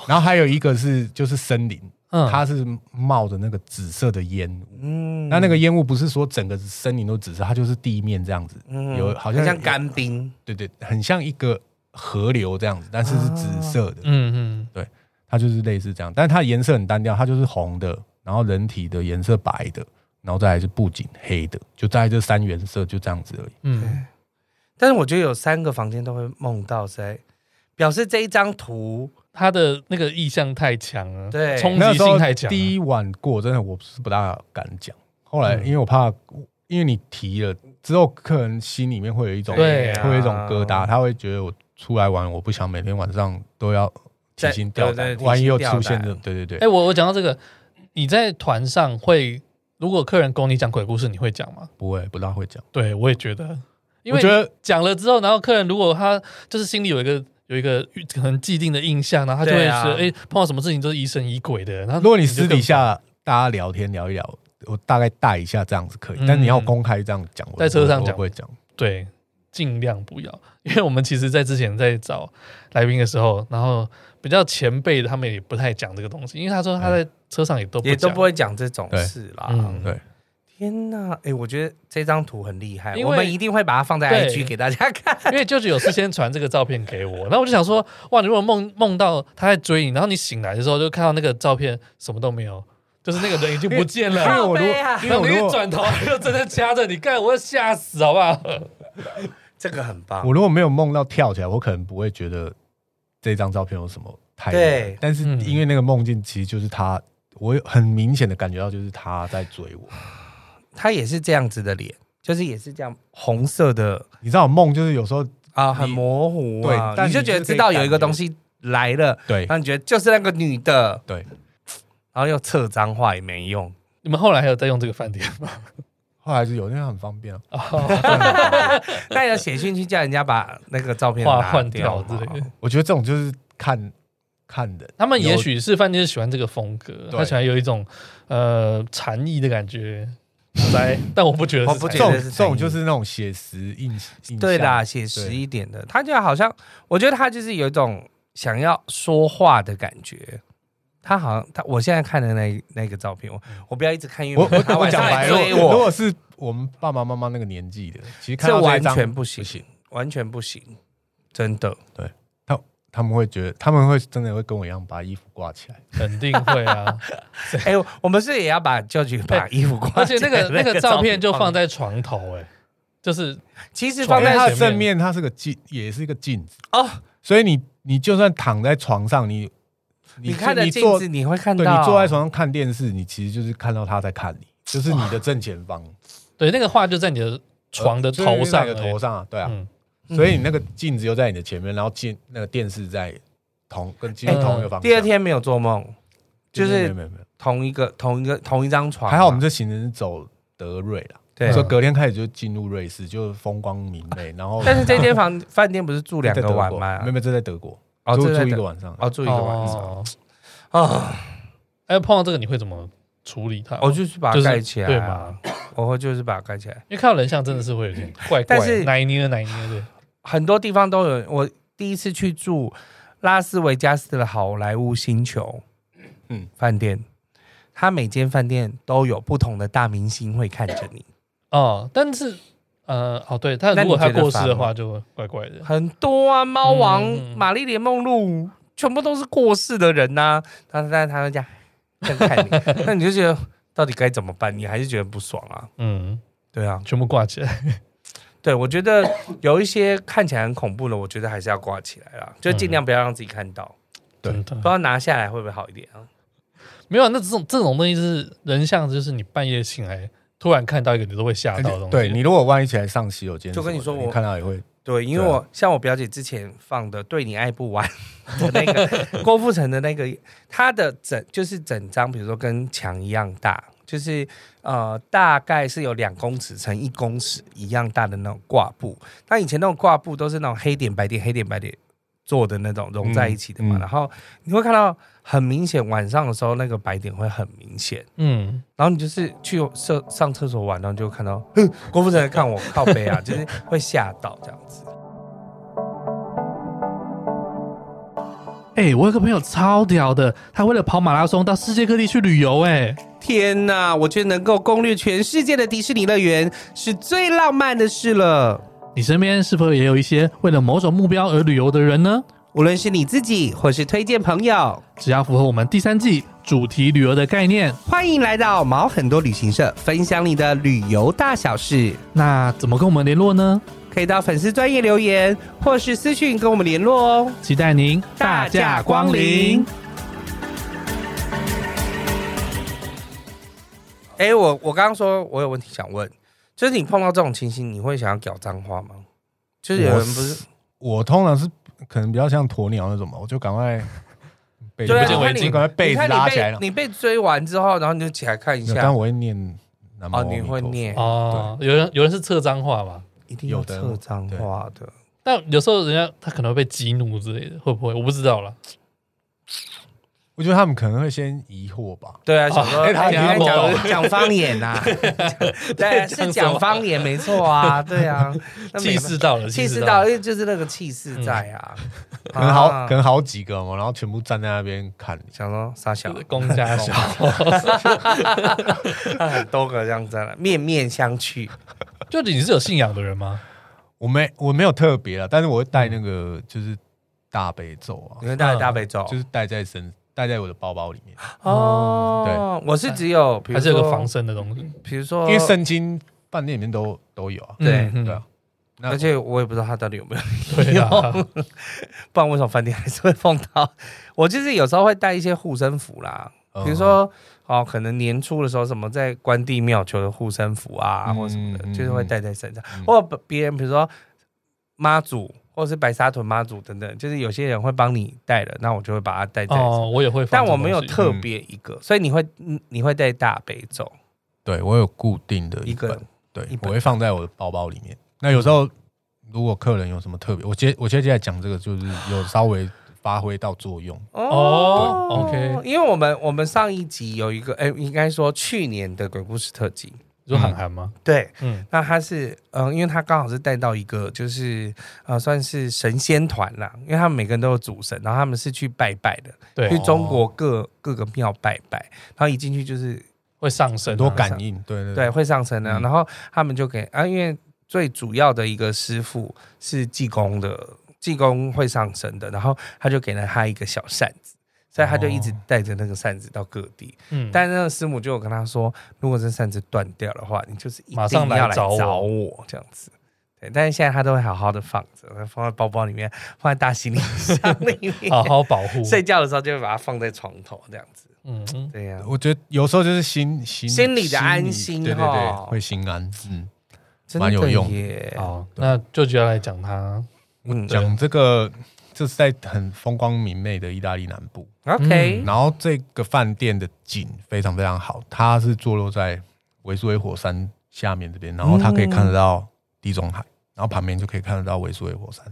然后还有一个是就是森林，
嗯，
它是冒着那个紫色的烟雾，
嗯
那那个烟雾不是说整个森林都紫色，它就是地面这样子，
嗯
有好
很
像
像干冰，
对对，很像一个河流这样子，但是是紫色的，
嗯嗯
它就是类似这样，但是它的颜色很单调，它就是红的，然后人体的颜色白的，然后再来是布景黑的，就大概这三原色就这样子而已。
嗯，
但是我觉得有三个房间都会梦到，谁表示这一张图
他的那个意向太强了，
对
冲
那
击
时候
性太强了，
第一晚过，真的我是不大敢讲。后
嗯
来因为我怕，因为你提了之后，客人心里面会有一种
对啊
会有一种疙瘩，他会觉得我出来玩，我不想每天晚上都要提心吊
在对
胆，
对
万一又
提心吊
出现
胆
这，对对
哎、
对，
我我讲到这个，你在团上会，如果客人跟你讲鬼故事，你会讲吗？
不会不大会讲。
对，我也觉得，因
我
为
觉得
讲了之后，然后客人如果他就是心里有一个有一个可能既定的印象，然后他就会
对
觉
啊
得，哎、碰到什么事情都是疑神疑鬼的。然后
如果你
就
私
更
底，下大家聊天聊一聊，我大概带一下这样子可以
嗯，
但你要公开这样讲，我
在车上讲
我不会讲。
对，尽量不要，因为我们其实在之前在找来宾的时候，然后比较前辈的他们也不太讲这个东西，因为他说他在车上也都不
也都
<laughs> 讲
不会讲这种
对
事啦。
嗯
对，
天哪，哎、我觉得这张图很厉害，
因为
我们一定会把它放在
对
IG 给大家看。
因为舅舅有事先传这个照片给我，然后我就想说，哇，你如果梦梦到他在追你，然后你醒 <laughs> 来的时候就看到那个照片什么都没有，就是那个人已经不见
因为
了。
我如果
靠背啊
因
然
为
后
我
你
如
一
果
转头，他就真的掐着你，干，我要吓死，好不好？ <laughs>
这个很棒，
我如果没有梦到跳起来，我可能不会觉得这张照片有什么太
对
但是
嗯
因为那个梦境其实就是他，我有很明显的感觉到就是他在追我。
他也是这样子的脸，就是也是这样红色的
你知道梦就是有时候
啊，
你
很模糊啊
对，但
你就
你
觉得
就是可
知
以
道有一个
感觉
东西来了，
对
然后你觉得就是那个女的，
对，
然后又测脏话也没
<laughs>
用，
你们后来还有在用这个饭店吗？
后来是有那样很方便啊，
那要写信去叫人家把那个
<laughs>
照片
话
拿
啊换
掉
掉之类
嘛
的。
我觉得这种就是看看人，
他们也
有
许是饭店是喜欢这个风格，
对
他喜欢有一种呃禅意的感觉在，但我不觉得
我
是禅意，
不
这
觉
种
得是
这种
诚意
就是那种写实印印
对啦，
象，
写实
对
一点的，他就好像，我觉得他就是有一种想要说话的感觉。他好像他，我现在看的那那个照片，我我不要一直看，因为
嗯我
他
我我
晚上
讲白
来
了，
追
如
我，
果是我们爸爸妈妈那个年纪的，其实看
这
到
完
一张
全不行，完全不行，真的。
他们会觉得他们会真的会跟我一样把衣服挂起来。
肯定会啊。
哎，我们是也要把就去把衣服挂起来，
而且那个那个照片就放
在，
在床头，哎，就是
其实放
放
因为
在
在
哎它的
前面
正面，它是个镜，也是一个镜子
哦，
所以你你就算躺在床上，你
你看着
你
镜
坐
子，
对
你会看
你
到啊
坐在床上看电视，你其实就是看到他在看你，就是你的正前方，
对那个画就在你的床的
就是
头上
那个
而已，
头上啊，对啊，
嗯
所以你那个镜子又在你的前面，然后镜那个电视在同跟镜子
哎
同一个方向。
第二天没有做梦，就
没有
是
没有没有，
同一个同一个同一张床嘛。
还好我们这行程是走德瑞啦，
对
所以隔天开始就进入瑞士，就风光明媚，然后
但是这间房饭店不是住两
在
个
德
晚
国
吗
没有？没有，这在德国，
哦，
住
这在
住一
德
个晚上，
哦，住一个晚上
哦
啊，
哎，碰到这个你会怎么处理它？
哦我就是把
就
它
是
盖起来
对
啊，
嘛？
我会就是把它盖起来。
因为看到人像真的是会有点怪怪
但
的，
是
奶捏奶捏的。
很多地方都有，我第一次去住拉斯维加斯的好莱坞星球，嗯
嗯，
饭店，它每间饭店都有不同的大明星会看着你，
哦，但是呃，哦，对，他
那
如
你
果他
觉得
过世
烦
的
吗
话，就会怪怪的。
很多啊，猫王、
嗯
玛丽莲梦露，全部都是过世的人呐、他但是他会这样这样看你，那你就觉得到底该怎么办？你还是觉得不爽啊？
嗯，
对啊，
全部挂起来。
对，我觉得有一些看起来很恐怖的，我觉得还是要挂起来啦，就尽量不要让自己看到，
对
真的
不知道拿下来会不会好一点啊？
没有，那这种这种东西是人像，就是你半夜醒来，突然看到一个你都会吓到的东西。
对你如果万一起来上洗手间什
就
么的，
跟你说我
看到也会
对，因为
对啊
我像我表姐之前放的《对你爱不完》 <laughs> 的那个郭富城的那个，他的整就是整张，比如说跟墙一样大，就是呃大概是有两公尺乘一公尺一样大的那种挂布。那以前那种挂布都是那种黑点白点黑点白点做的那种融在一起的嘛，
嗯嗯
然后你会看到很明显晚上的时候那个白点会很明显。
嗯，
然后你就是去厕上厕所玩，然后就看到哼郭富城在看我靠背啊，就是会吓到这样子。
哎、我有个朋友超屌的，他为了跑马拉松到世界各地去旅游、哎，
天哪，我觉得能够攻略全世界的迪士尼乐园是最浪漫的事了。
你身边是否也有一些为了某种目标而旅游的人呢？
无论是你自己或是推荐朋友，
只要符合我们第三季主题旅游的概念，
欢迎来到毛很多旅行社，分享你的旅游大小事。
那怎么跟我们联络呢？
可以到粉丝专业留言，或是私讯跟我们联络哦。
期待您
大驾光临。哎、我我刚刚说我有问题想问，就是你碰到这种情形，你会想要屌脏话吗？就是有人不是
我通常是可能比较像鸵鸟那种吧，我就赶快被
<laughs> 对啊，
不见
你
为
看
净
你
赶快被子
你看你
拉起来了。
被你被追完之后，然后你就起来看一
没有
下
但。我会念南无
哦，
阿弥
你
陀佛
会，念，
哦，有人有人是测脏话嘛？
一定
有
要
的
测脏话的。
但有时候人家他可能会被激怒之类的，会不会？我不知道啦。
我觉得他们可能会先疑惑吧。
对啊，想说
哎他
哎你还
听不懂
讲讲方言
<laughs>
呐，对，啊
讲什么
是讲方言没错啊，对
<laughs>
啊，那没
气势到了，
气势
到
到，因为就是那个气势在
<laughs>
啊，
可能嗯好，可
跟
能好几个嘛，然后全部站在那边看你。
想说傻小
<laughs>
了，，公家
<laughs>
小，
很多个这样子啊，面面相觑。
就你是有信仰的人吗？
我没我没有特别啊，但是我会带那
嗯
个就是大悲咒
你
啊，
们大家大悲咒
就是带在身，带在我的包包里面，嗯
哦，我是只有比
还
如
是有个
说
防，身的东西？
比如说
因为圣经饭店里面都都有啊。
对
嗯
对啊，那
而且我也不知道他到底有没有
<laughs> 对啊，
<laughs> 不然为什么饭店还是会碰到？我就是有时候会带一些护身符啦，
嗯
比如说哦，可能年初的时候什么在关帝庙求的护身符啊，
嗯
或者什么的，
嗯
就是会带在身上，
嗯
或者别人比如说妈祖。或者是白沙屯妈祖等等，就是有些人会帮你带的，那我就会把它带在身上。
哦，我也会放
但
这种东西，
我没有特别一个，所以你会嗯你会带大悲咒
对我有固定的
一
一
个
嗯
本，对
一，本
我会放在我的包包里面。那有时候如果客人有什么特别，我接我接下来讲这个就是有稍微发挥到作用。
哦，OK
因为我们我们上一集有一个，哎、应该说去年的鬼故事特辑，
你说喊喊吗？
对，
嗯
那他是，嗯、因为他刚好是带到一个，就是呃，算是神仙团啦，因为他们每个人都有主神，然后他们是去拜拜的，
对
去，中国各、各个庙拜拜，然后一进去就是
会上升啊
很多感应，对对
对，会上神的，
嗯
然后他们就给啊，因为最主要的一个师傅是济公的，济公会上神的，然后他就给了他一个小扇子，所以他就一直
哦
带着那个扇子到各地，
嗯，
但那个师母就有跟他说，如果这扇子断掉的话，你就是一定
马上来
要来
找我
找我这样子。对，但是现在他都会好好的放着，放在包包里面，放在大行李箱里
<laughs> <laughs> 好
面。
好保
<laughs>
护，
睡觉的时候就会把它放在床头这样子。
嗯，嗯
对呀、
我觉得有时候就是心心
心里的安心
心里对对对
哈，
会心安。嗯，
真
蛮有
的
用的
耶。
好，
哦
那就就要来讲他，
嗯
讲这个这是在很风光明媚的意大利南部，
，OK，
然后这个饭店的景非常非常好，它是坐落在维苏威火山下面这边，然后它可以
嗯
看得到地中海，然后旁边就可以看得到维苏威火山。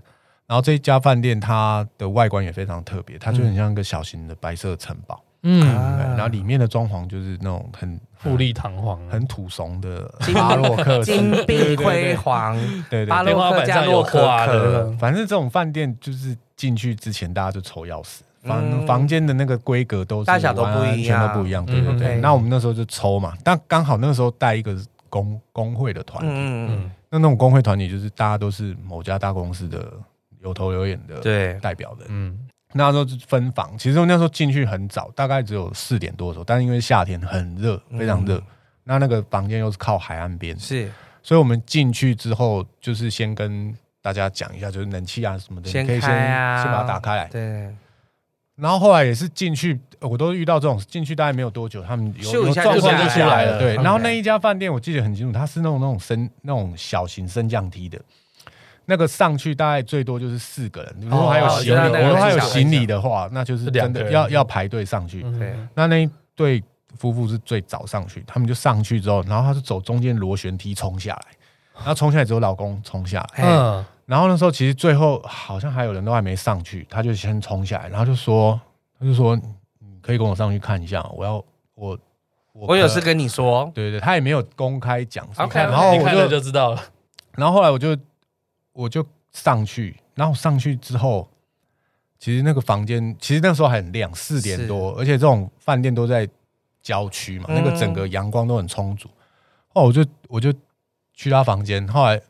然后这一家饭店它的外观也非常特别，它就很
嗯
像一个小型的白色城堡，
嗯，
对然后
啊，
里面的装潢就是那种很
富丽堂皇啊，
很土怂的
金
巴洛克式，
金碧辉煌，
对对
巴
对
洛
天花
克
板
加
上
洛
有
可
花的
可，
反正这种饭店就是进去之前大家就抽钥匙，房、
嗯
房间的那个规格都是
大小都不一样
完完全都不一样，对对
嗯
对。
OK
那我们那时候就抽嘛，但刚好那时候带一个工工会的团体，
嗯嗯
嗯，
那那种工会团体就是大家都是某家大公司的有头有眼的
嗯，对，
代表人。
嗯，
那时候就分房，其实我那时候进去很早，大概只有四点多的时候，但因为夏天很热，非常
嗯
热。那那个房间又是靠海岸边，
是
所以我们进去之后，就是先跟大家讲一下，就是冷气啊什么的，
先
你可以先
开啊
先把它打开来。
对，
然后后来也是进去，呃我都遇到这种进去大概没有多久，他们有
咻一
有
下
状
就
况
下
就
来
出来
了
了。对，
OK
然后那一家饭店我记得很清楚，它是那种那种升那种小型升降梯的，那个上去大概最多就是四个人。如果还有
哦
行
我知道那
李，
个
如果还
我
有
知道
行李的话，那就是
两
真
个
的
人
要要排队上去。
嗯
对
那那一对夫妇是最早上去，他们就上去之后，然后他是走中间螺旋梯冲下来，然后冲下来之后，老公冲下来。
嗯，
嗯，
然后那时候其实最后好像还有人都还没上去，他就先冲下来，然后就说，他就说你可以跟我上去看一下，我要我我
我有事
是
跟你说，
对对，他也没有公开讲什么
OK，
然后
你看
我
了
就
就知道了。
然后后来我就我就上去，然后上去之后，其实那个房间其实那时候还很亮，四点多，而且这种饭店都在郊区嘛，
嗯
那个整个阳光都很充足。哦，我就我就去他房间，后来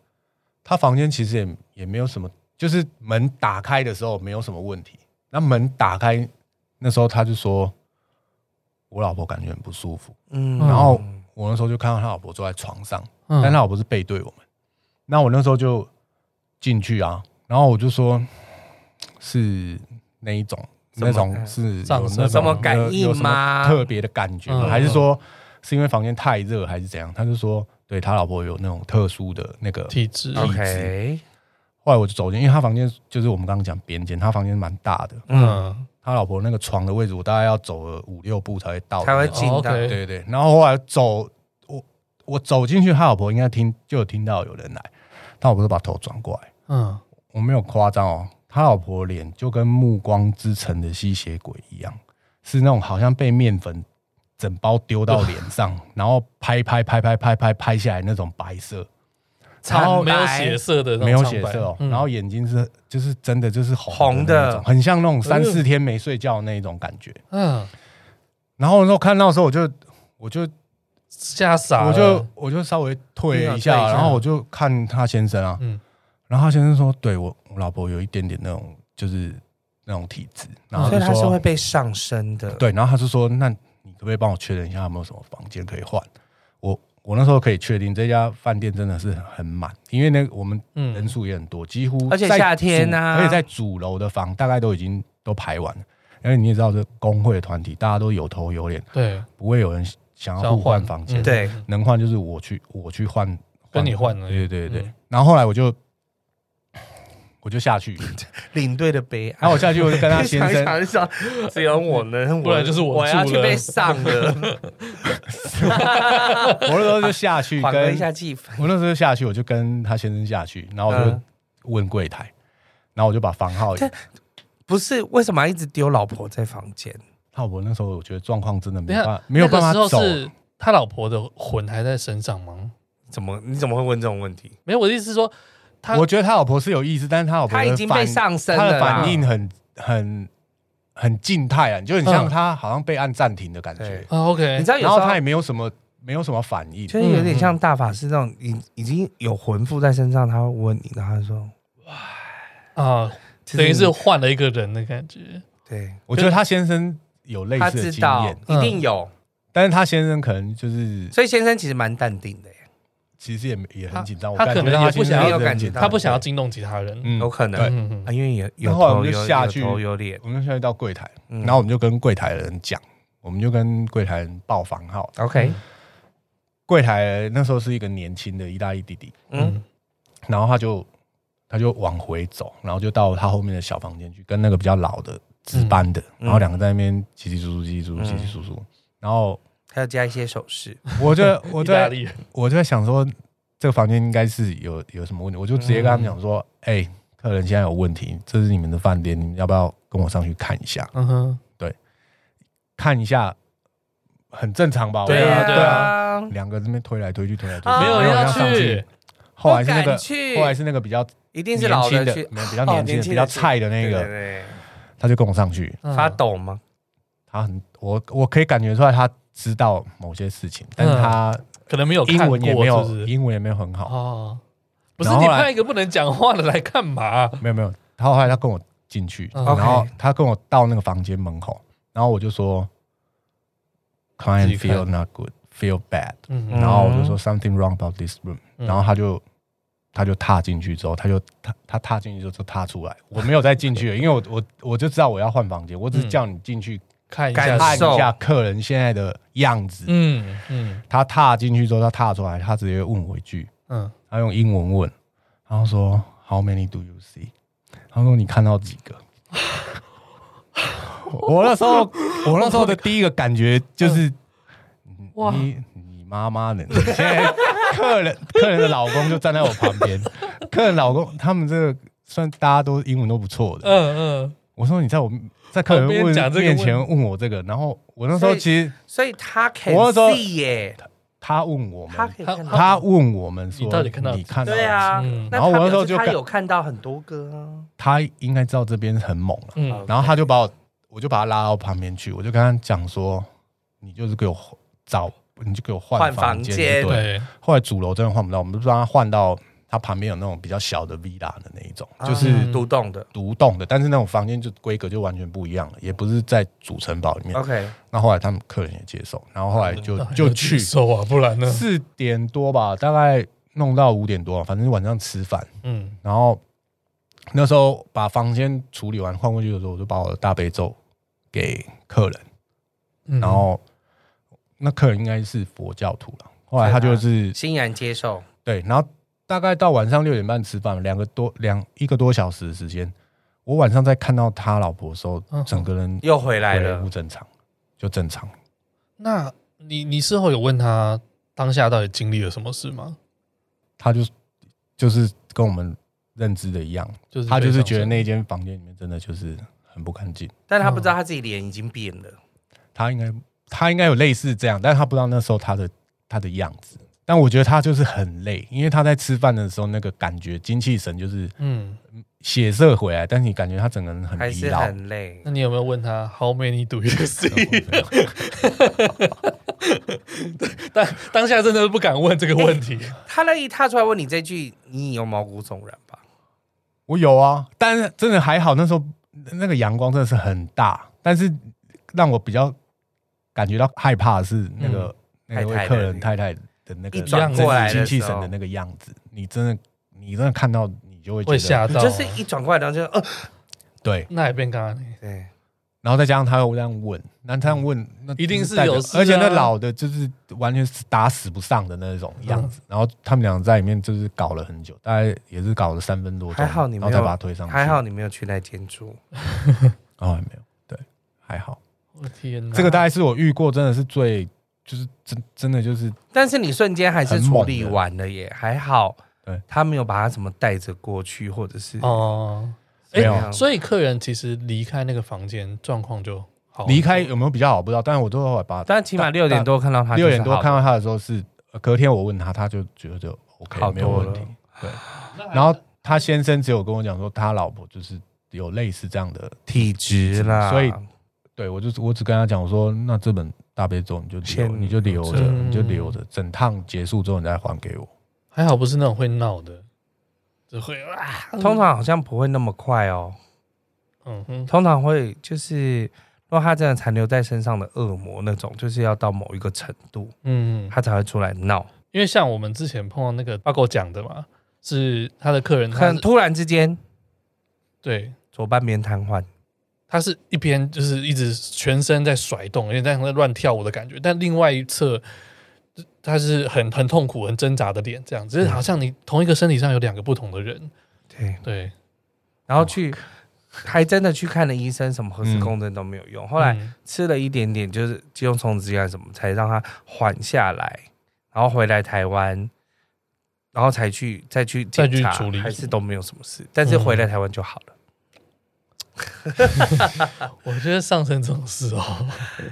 他房间其实也也没有什么，就是门打开的时候没有什么问题。那门打开那时候他就说，我老婆感觉很不舒服。
嗯，
然后我那时候就看到他老婆坐在床上，
嗯
但他老婆是背对我们。那我那时候就进去啊，然后我就说是那一种
怎么
那种是有
呃上
那
身
种
什么
感
有
应
有什么
吗
特别的感觉吗？
嗯
还是说是因为房间太热还是怎样？他就说对他老婆有那种特殊的那个
体质，
OK，
后来我就走进，因为他房间就是我们刚刚讲边间，他房间蛮大的，
嗯，
他老婆那个床的位置我大概要走了五六步才会到的那
才
种，
会进
哦
到
，OK
对对，然后后来走，我我走进去，他老婆应该听就有听到有人来，他老婆就把头转过来，
嗯，
我没有夸张哦，他老婆脸就跟《暮光之城》的吸血鬼一样，是那种好像被面粉整包丢到脸
<laughs>
上，然后拍拍拍拍拍拍拍下来那种白色，
惨白
然后没有血色的那种
没有
苍白，
血色哦，
嗯
然后眼睛是就是真的就是红
红
的那
的
种，很像那种三
哎呦
四天没睡觉的那种感觉。
嗯，
然后那时候看到的时候，我就我就
吓傻了，
我就我就稍微退
嗯
一
退一
下，
下
然后我就看他先生啊，
嗯
然后他先生说，对我我老婆有一点点那种就是那种体质，然后
哦所
就
以他是会
说
被上升的，，
对，然后他就说，那你可不可以帮我确认一下有没有什么房间可以换？我我那时候可以确定这家饭店真的是很满，因为那个我们
嗯
人数也很多，几乎
而且
在
夏天
主
啊
而且在主楼的房大概都已经都排完了，因为你也知道这工会团体大家都有头有脸，
对，
不会有人想
想
要
要
互换
换
房
嗯，
间
对
能换就是我去我去换，
跟你换而已
对对对
嗯
对。然后后来我就我就下去，
领队的悲哀。
然后我下去我 <laughs> 就跟他先
想一
生，
想一想，只有我能，
不然就是我
我要
住
去被
了
上
<laughs>
了，
<laughs> 我那时候就下去
缓和
跟
一下气氛。
我那时候下去，我就跟他先生下去，然后我就
嗯
问柜台，然后我就把房号，
这不是为什么要一直丢老婆在房间？
他我那时候我觉得状况真的没
等一
办
下
法，没有办
那
法
个时
走
候，是他老婆的魂还在身上吗？
怎么你怎么会问这种问题？
没有，我的意思是说，他
我觉得他老婆是有意思，但是他老婆
他已
的
经被
反
上身
他
了
的
啦，
反应很很很静态啊，就很像
嗯
他好像被按暂停的感觉
对，
啊，OK，
你知道有时
然后
候
他也没有嗯什么没有什么反应，
就是有点像大法师那种，已已经有魂附在身上，他会问你，然后他说，
啊，
其实
等于是
你
换了一个人的感觉，
对，
我觉得他先生有类
他
似
知
的经
道
验，嗯
一定有，
但是他先生可能就是
所以先生其实蛮淡定的耶，
其实也没也
他
很紧张，我
他
感觉
可能也不
先生
想要
是很
感觉
紧张
他不想要惊动其他人。
嗯
有可能
对
嗯
啊，因为有有
然后我
头
们就
有
下
有
去
头有脸，
我们现在到柜台，
嗯
然后我们就跟柜台的人讲，我们就跟柜台人报房号。
OK，
柜台那时候是一个年轻的意大利弟弟，
嗯，
然后他就他就往回走，然后就到他后面的小房间去，跟那个比较老的值班的，
嗯
然后两个在那边叽叽喳喳、叽叽喳喳、叽叽喳喳。然后
还要加一些手势，
我就我
<laughs> 意大
在
利人，
我就在想说，这个房间应该是有有什么问题，我就直接跟他们讲说，哎、客人现在有问题，这是你们的饭店，你们要不要跟我上去看一下？
嗯哼，
看一下，很正常吧？
对啊
我觉得
对啊
啊，
两个这边推来推去，推来推
啊
去，
没有
没
人
有
要
人上
去。，
后来是那
不敢
个，
去
后来是那个比较
一定
年
是老
轻
的
的
去，，哦
没有比较年轻
年
的、
轻
比
的
较
去
菜的那
对
个，
对
他就跟我上去。
嗯
对，发抖吗？
他很，我我可以感觉出来，他知道某些事情，但是他
可能没有
英
看过，
文也没有，
是不是？
英文也没有很好。
哦，不是
然后
你
后来
派一个不能讲话的来干嘛？
没有没有，他后来他跟我进去，
嗯
然后
OK
他跟我到那个房间门口，然后我就说，client
自己看
feel not good, feel bad。
嗯
然后我就说 something wrong about this room，、
嗯
然后他就他就踏进去之后，他就他他踏进去之后就踏出来，我没有再进去了，因为我我我就知道我要换房间，我只
嗯
是叫你进去
看一
感
下
看
是，
受
一下客人现在的样子。
嗯嗯
他踏进去之后，他踏出来，他直接问我一句，
嗯，
他用英文问，然后说 How many do you see？他说你看到几个？ <laughs> 我那时
<laughs>
候，我那时候的第一个感觉就是，
哇
你你妈妈的！你现在客人 <laughs> 客人的老公就站在我旁边，客人老公他们这个算大家都英文都不错的。
嗯嗯，
我说你在我在客人
旁边
问
讲这个
面
问
前问我这个，然后我那时候
所以
其实
所以他 can
我那时候
see 耶，
他问我
他
们，
可以看到，
他问我们说
你到底看到
你看到
对啊
嗯，
那
然后我
他
那时候
表示
就
他
感
有看到很多个啊，
他应该知道这边很猛了、
嗯
然后他就把我，我就把他拉到旁边去，我就跟他讲说，你就是给我找，你就给我换
换
房
房
间
间
就对了。
对，
后来主楼真的换不到，我们就让他换到他旁边有那种比较小的 villa 的那一种，
啊
就是
嗯
独栋的。
独栋的，但是那种房间就规格就完全不一样了，也不是在主城堡里面。
OK，
那后来他们客人也接受，然后后来就
哦
就去
收啊，不然呢？
四点多吧，大概弄到五点多，反正晚上吃饭。
嗯
然后那时候把房间处理完换过去的时候，我就把我的大悲咒给客人，
嗯，
然后那客人应该是佛教徒了。后来他就是
欣然接受。
对，然后大概到晚上六点半吃饭，两个多两一个多小时的时间，我晚上在看到他老婆的时候
嗯，
整个人
又回来
恢
了
复，正常，就正常。
那你你事后有问他当下到底经历了什么事吗？
他就就是跟我们认知的一样，
就是
他就是
被
觉得
上身
那间房间里面真的就是很不干净。
但他不知道他自己脸已经变了。
他应该他应该有类似这样，但是他不知道那时候他的他的样子。但我觉得他就是很累，因为他在吃饭的时候那个感觉精气神就是
嗯，
血色回来，但是你感觉他整个人很
还
疲
是
劳。 <laughs>
很累
那。你有没有问他 How many do you see？当当下真的不敢问这个问题，
他那一踏出来问你这句，你有毛骨悚然吧？
我有啊，但是真的还好，那时候那个阳光真的是很大，但是让我比较感觉到害怕的是那个、那个
嗯太
位
太的
客人太太的那个
一转
过
来的
精气神
时候
的那个样子，你真的你真的看到你就会觉得
会吓
你
到，
就是一转过来，然后就呃，
对，
那也变咖喱，
对，
然后再加上他又这样问，那他这样问，那
一定是
代表
有事啊
而且那老的就是完全是打死不上的那种样
嗯
子。然后他们俩在里面就是搞了很久，大概也是搞了三分多钟，
还好你
然
没
后再把他
有，
推上去，
还好你没有去那间住。
哦还没有，对，还好。
我的天哪，
嗯
这个大概是我遇过真的是最就是真真的就是
但是你瞬间还是
很
处
猛的
理完了耶，还好。
对，
他没有把他怎么带着过去，或者是
哦，
没有
哎
所以客人其实离开那个房间状况就好
哦
很多
离开有没有比较好不知道，但是我最后把
但起码六点多看到他，
六点多看到他的时候是呃隔天我问他，他就觉得就 OK
好
没有
多
问
了 <sighs>
题。对，然后他先生只有跟我讲说他老婆就是有类似这样的
体质啦，
所以对我就是我只跟他讲，我说那这本大悲咒你就留，
先
你就留着，
嗯
你就留着，整趟结束之后你再还给我。
还好不是那种会闹的，只会啊，
通常好像不会那么快哦，
嗯哼，
通常会就是，如果他真的残留在身上的恶魔那种，就是要到某一个程度，
嗯，
他才会出来闹。
因为像我们之前碰到那个报告讲的嘛，是他的客人，
可
他
能
是
突然之间
对，
左半边瘫痪，
他是一边就是一直全身在甩动，有点在乱跳舞的感觉，但另外一侧他是很很痛苦、很挣扎的脸，这样，只是好像你同一个身体上有两个不同的人，
对，
对，
然后去还真的去看了医生，什么核磁共振都没有用。后来
嗯
吃了一点点就是肌肉松弛药什么，才让他缓下来，然后回来台湾。然后才去再去检查
再去处理
还是都没有什么事，但是回来台湾就好了。
嗯
我觉得上升这种事哦，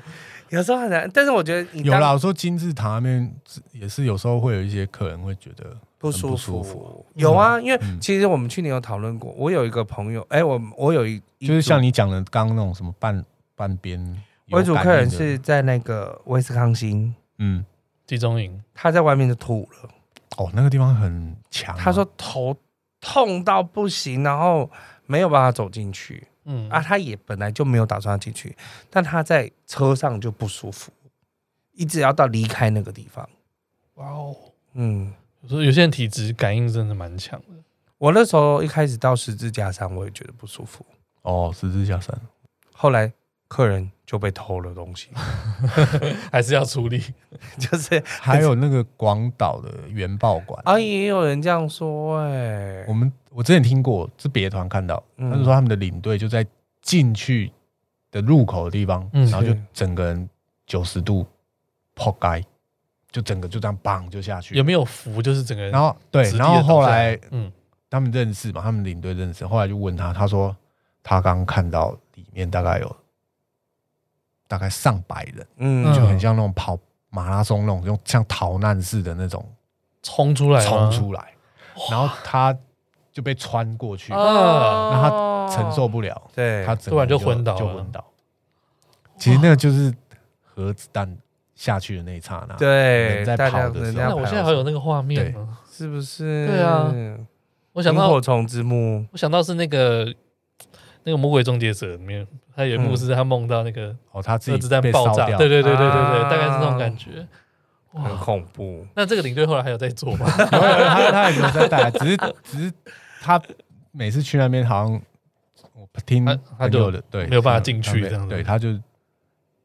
<laughs>
有时候很难，但是我觉得你
有
当
啦，我说金字塔那边也是有时候会有一些客人会觉得
不
很
舒
不
服。
舒服
有啊，因为
嗯
其实我们去年有讨论过，我有一个朋友，哎、我我有一
就是像
你，
你讲的刚刚那种什么半半边有
我一组客人
感应的
是在那个威斯康星，
嗯
集中营，
他在外面就吐了，
哦那个地方很强啊、
他说头痛到不行，然后没有办法走进去
嗯
啊，他也本来就没有打算要进去，但他在车上就不舒服，一直要到离开那个地方，
哇哦，
嗯，
所以有些人体质感应真的蛮强的。
我那时候一开始到十字架上，我也觉得不舒服，
哦，十字架山，
后来客人就被偷了东
<laughs>
西，
还是要处理。
就是
还有那个广岛的原爆馆
啊，也有人这样说哎、
我们我之前听过，是别的团看到，
嗯
他就说他们的领队就在进去的入口的地方，
嗯
然后就是整个人九十度破盖，就整个就这样砰就下去
有。没有服就是整个人
然后对
直，立地
然后后来
倒下嗯，
他们认识嘛，他们领队认识，后来就问他，他说他刚看到里面大概有大概上百人，
嗯，
嗯
就很像那种跑马拉松那种，用像逃难似的那种
冲出来吗
冲出来，然后他就被穿过去，
啊
那嗯他承受不了，
哦对，
他整
突
个
然
人就
就昏倒
就
了
昏倒。其实那个就是核子弹下去的那一刹那，
对
人在
大家
跑的
人
时
家
那
候，
我现在还有那个画面吗？
是不是？
对啊，我想
萤
到
火虫之墓，
我想到是那个那个《魔鬼终结者》里面，他有一幕
嗯
是他梦到那个
哦，他自
核
己
子弹
被
爆
烧
炸，
掉，
对对对对对对，
啊
大概是那种感觉。
很恐怖。
那这个领队后来还有在做
<laughs>
吗？
有有有他他也没有在带，只是只是他每次去那边好像我听
他他
朋
就
友的对
没有办法进去
他没
这样子
对他就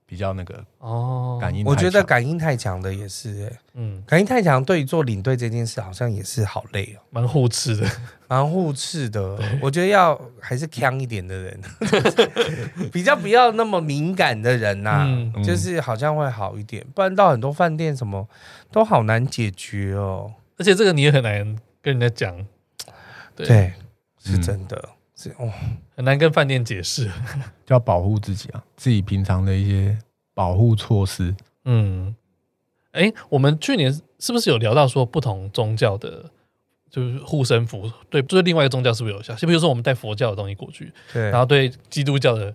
比较那个
哦，
感应太强，
我觉得感应太强的也是、欸，
嗯，
感应太强对于做领队这件事好像也是好累哦，
蛮互斥的，
蛮互斥的。我觉得要还是强一点的人， <laughs> 比较不要那么敏感的人呐、
嗯
嗯
就是好像会好一点。不然到很多饭店什么都好难解决哦。
而且这个你也很难跟人家讲，对
对，是
嗯
真的，是哦，
很难跟饭店解释。
就要保护自己啊，自己平常的一些保护措施。
嗯，哎，我们去年是不是有聊到说不同宗教的，就是护身符？对，就是另外一个宗教是不是有效？就比如说我们带佛教的东西过去，
对
然，后对基督教的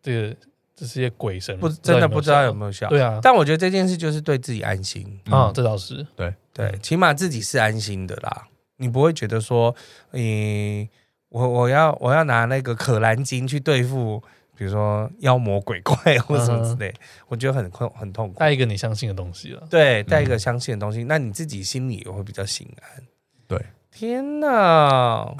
这个这些鬼神，
不真的不知道有
没
没有效。
效对啊，
但我觉得这件事就是对自己安心，
啊，
嗯
这倒是，
对，起码自己是安心的啦，你不会觉得说，你、我我要我要拿那个可兰经去对付，比如说妖魔鬼怪 <laughs> 或什么之类，
嗯
我觉得很困很痛苦。
带一个你相信的东西了。
嗯
对，带一个相信的东西，那你自己心里也会比较心安。
对，
天
<laughs>
哪，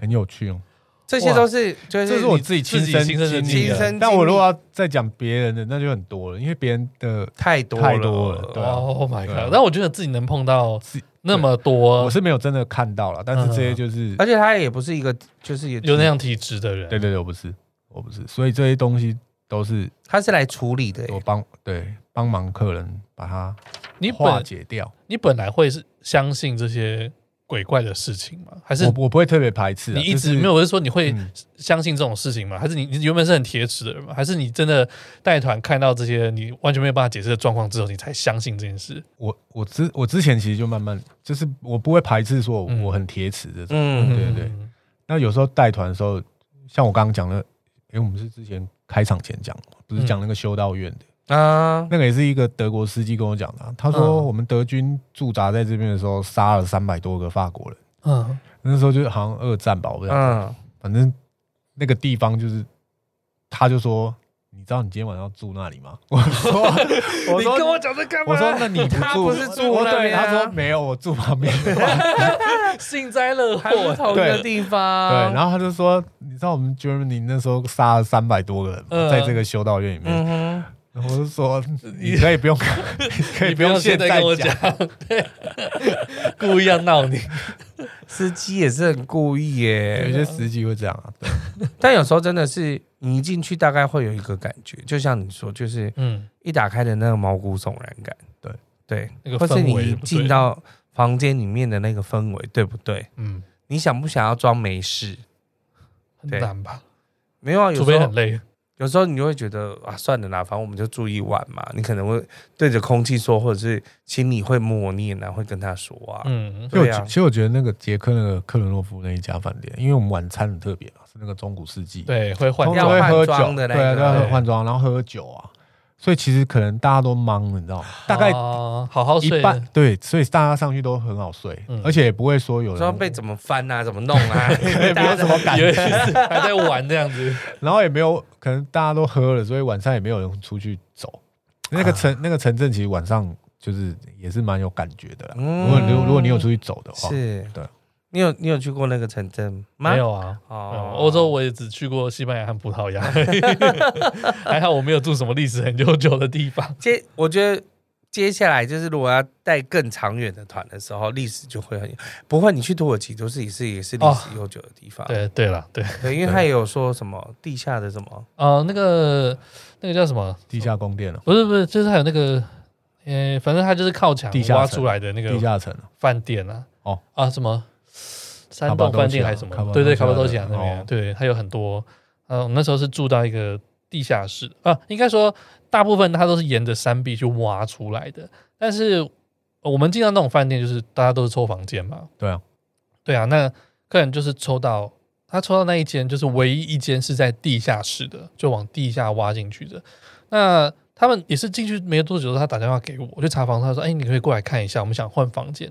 很有趣哦，
这些都是就是
这是我自己亲身
自己亲身的
经历
经历
的。
啊
但我如果要再讲别人的，那就很多了，因为别人的
太多
太多了对啊
Oh my
对啊
god！但我觉得自己能碰到
自己
那么多
我是没有真的看到了，
嗯
但是这些就是
而且他也不是一个，就是也
有那，样体质的人，
对对对，我不是我不是，所以这些东西都是
他是来处理的耶。欸
我帮对帮忙客人把它
你
化
本
解掉。
你本来会是相信这些鬼怪的事情吗？还是
我我不会特别排斥啊，
你一
就
直
是
没有？我是说你会
嗯
相信这种事情吗？还是你你原本是很铁齿的人吗？还是你真的带团看到这些你完全没有办法解释的状况之后，你才相信这件事？
我我之我之前其实就慢慢就是我不会排斥说我
嗯
我很铁齿这种。
嗯，
对对那有时候带团的时候，像我刚刚讲的，因为我们是之前开场前讲，不
嗯
是讲那个修道院的，
啊，
那个也是一个德国司机跟我讲的啊、他说
嗯
我们德军驻扎在这边的时候，杀了三百多个法国人，
嗯，
那时候就好像二战吧，我不知道，
嗯，
反正那个地方就是，他就说。你知道你今天晚上住那里吗？ <laughs> 我
<laughs>
说，我
你
说
跟我讲这干嘛？
我说那你不住，
他不是住
我
那
对，
边啊
他说没有，我住
<laughs>
旁边。
幸灾乐
还不是同一个地
对对，
方。
然后他就说，你知道我们 Germany 那时候杀了三百多个人嘛，
嗯
在这个修道院里面。
嗯哼，
然后我就说，你可以不用， <laughs> 你可以
你不
用
用现在
在
跟我讲，，对，故意要闹你。
司机也是很故意
有
耶，
些司机会这样啊。对
但有时候真的是你一进去，大概会有一个感觉，就像你说，就是
嗯，
一打开的那个毛骨悚然感，
对
对
那个
或是
氛
你
围
一
不对
进到房间里面的那个氛围，对不对？
嗯，
你想不想要装没事？
很
对
难吧？
没有啊，有
除非
时候
很累。
有时候你就会觉得啊，算了啦，反正我们就住一晚嘛。你可能会对着空气说，或者是心里会默念啊，会跟他说啊。
嗯，
其实我
对
觉
啊
其，实我觉得那个捷克那个克伦洛夫那一家饭店，因为我们晚餐很特别嘛，啊是那个中古世纪，，
对，会换
通
掉
常会喝
要换装
酒，
的那
对啊，
个
都要
对
换装，然后喝酒啊。所以其实可能大家都忙了，你知道吗？大概
哦好好
一
睡
半对，所以大家上去都很好睡
嗯，
而且也不会说有
有时候
人
被怎么翻啊，怎么弄啊， <laughs>
也没有什么感
有
觉
意，思，还在玩这样子。
然后也没有，可
啊
能大家都喝了，所以晚上也没有人出去走。那个城、那个城镇其实晚上就是也是蛮有感觉的啦。
嗯
如果如如果你有出去走的话，
是，
对。
你有你有去过那个城镇吗？
哦没有啊。嗯
哦，
欧洲我也只去过西班牙和葡萄牙， <laughs> 还好我没有住什么历史很悠久的地
<laughs>
方。
接，我觉得接下来就是如果要带更长远的团的时候，历史就会很不会。你去土耳其都是也是也是历史悠久的地方，
哦对对了，对，
对，因为他也有说什么地下的什么，
啊，那个那个叫什么？
地下宫殿哦了，
不是不是，就是还有那个，呃，反正它就是靠墙
地下
挖
城
出来的那个
地下城了。
饭店啊，
哦
啊什么山
卡巴
洞
多
饭店
奇亚
还是什么
卡巴？
对对，
多奇
卡巴多
亚
奇亚
的
那边，
哦
对，它有很多。呃，我们那时候是住到一个地下室啊，应该说大部分它都是沿着山壁去挖出来的，但是呃我们进到那种饭店，就是大家都是抽房间嘛，
对啊，
对啊，那客人就是抽到他抽到那一间，就是唯一一间是在地下室的，就往地下挖进去的。那他们也是进去没多久，他打电话给我，我就查房，他说：“哎、你可以过来看一下，我们想换房间。”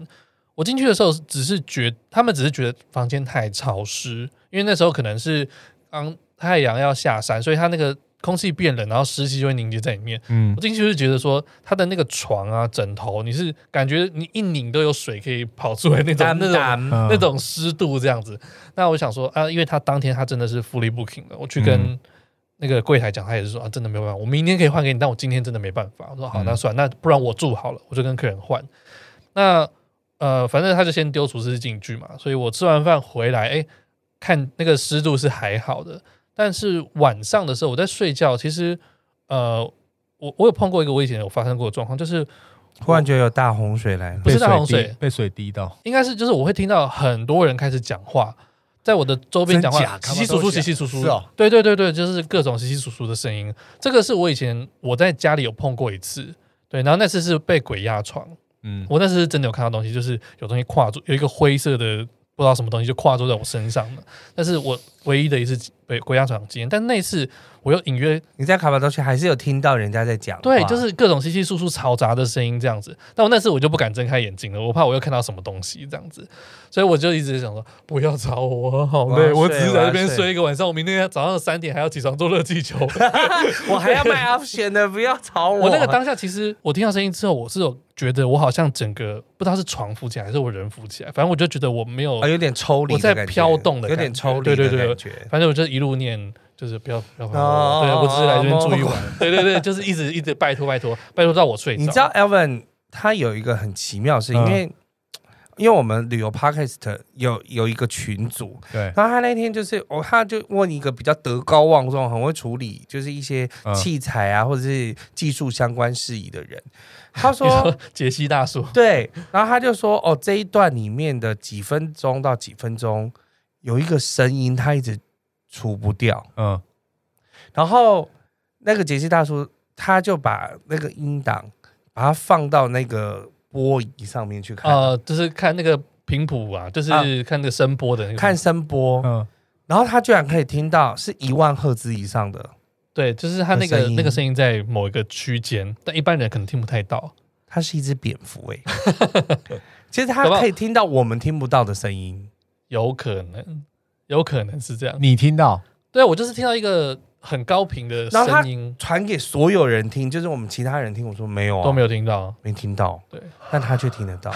我进去的时候只是觉，他们只是觉得房间太潮湿，因为那时候可能是刚太阳要下山，所以它那个空气变冷，然后湿气就会凝结在里面。
嗯
我，进去就觉得说，它的那个床啊、枕头，你是感觉你一拧都有水可以跑出来那种
当
那种
然
那
那种湿度这样子。那我想说啊，因为他当天他真的是 fully booking 了，我去跟
嗯
那个柜台讲，他也是说啊，真的没有办法，我明天可以换给你，但我今天真的没办法。我说好，
嗯
那算，那不然我住好了，我就跟客人换。那呃，反正他就先丢厨师进去嘛，所以我吃完饭回来，哎、看那个湿度是还好的，但是晚上的时候我在睡觉，其实呃。我我有碰过一个我以前有发生过的状况，就是
忽然觉得有大洪水来了，
不是大
被
洪水
滴被水滴到，
应该是就是我会听到很多人开始讲话，在我的周边讲
真假
话，
干
稀稀
嘛
疏
都
疏，
讲
稀稀疏疏
是哦，
对对对对，就是各种稀稀疏疏的声音。这个是我以前我在家里有碰过一次，对，然后那次是被鬼压床，
嗯，
我那次是真的有看到东西，就是有东西跨住，有一个灰色的不知道什么东西就跨住在我身上了，那是我唯一的一次被鬼压床经验。但那次我又隐约
你在卡巴多奇还是有听到人家在讲话，
对，就是各种稀稀疏疏、嘈杂的声音这样子。但我那次我就不敢睁开眼睛了，我怕我又看到什么东西这样子，所以我就一直想说，不要吵我，我好
我要
累，
睡
我只是在这边
我要睡
睡一个晚上，我明天早上三点还要起床做热
<laughs>
气球。
我还要卖 option 的，不要吵我。
我那个当下其实我听到声音之后，我是有觉得我好像整个不知道是床浮起来还是我人浮起来，反正我就觉得我没有
啊，有点抽离的
我在
感觉，
飘动的
有
感
点
觉
抽离
对对
的
对
感觉。
反正我就一路念，就是不要不要烦我，
哦
对啊我只是来这边住一
哦
晚，对对对，就是一直一直拜托拜托拜托到我睡着。
你知道 Elvin 他有一个很奇妙的事，因
嗯
为因为我们旅游 podcast 有有一个群组，
对，
然后他那天就是哦，他就问一个比较德高望重、很会处理就是一些
嗯
器材啊、或者是技术相关事宜的人，他
你
说
说杰西大叔，
对，然后他就说哦，这一段里面的几分钟到几分钟有一个声音他一直除不掉，
嗯，
然后那个杰西大叔他就把那个音档把它放到那个波仪上面去看，
呃，就是看那个频谱啊，就是
啊
看那个声波的那个。
看声波，
嗯，
然后他居然可以听到是一万赫兹以上的，
对，就是它那个
声音
那个声音在某一个区间，但一般人可能听不太到。
它是一只蝙蝠
<laughs>
哎、其实它
搞不好
可以听到我们听不到的声音，
有可能，有可能是这样。
你
<laughs>
听到
对啊我就是听到一个很高频的
然后他
声音，
传给所有人听，就是我们其他人听，我说没有啊，
都没有听到。
没听到，
对，
但他却听得
<laughs>
到，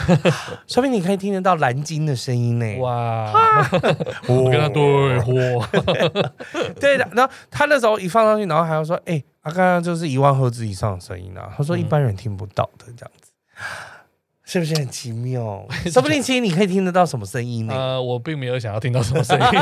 说明你可以听得到蓝鲸的声音呢、欸
哇，
<laughs> 哦
我跟他对话，
<laughs> 对的，然后他那时候一放上去，然后还要说：“哎、啊，刚刚就是一万赫兹以上的声音啊。”他说一般人听不到的这样子，是不是很奇妙？ <laughs> 说不定其实你可以听得到什么声音呢、
<laughs> 呃，我并没有想要听到什么
<laughs>
声音。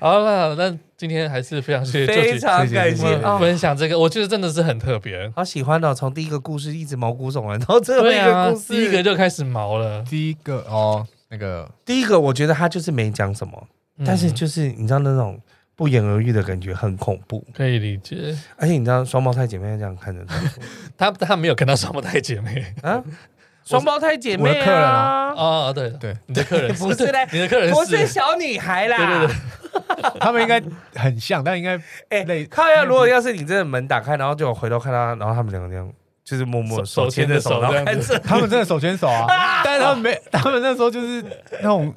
好了，那今天还是非常谢谢
非
舅
常感
姐
谢
我们
啊！
分享这个，我觉得真的是很特别。
<laughs> 好喜欢哦，从第一个故事一直毛骨悚然到最后
对
哦一
啊
个故，事。
第一个就开始毛了，
第一个哦，那个
第一个我觉得他就是没讲什么，
嗯
但是就是你知道那种不言而喻的感觉很恐怖，
可以理解。
而且你知道双胞胎姐妹这样看着他说
她她没有看到双胞胎姐妹
啊，双胞胎姐妹
我的客人啊
啊。
哦，对
对，
你的客人
<laughs> 不是嘞
你的客人
不是
是
小女孩啦，
对对
他们应该很像，但应该
哎、
类
靠呀！如果要是你真的门打开，然后就我回头看他，然后他们两个这样，就是默默地
手
牵着手，然
手牵着手
后
这
看
样
着，
他们真的手牵手啊，但是他们没，他们那时候就是那种，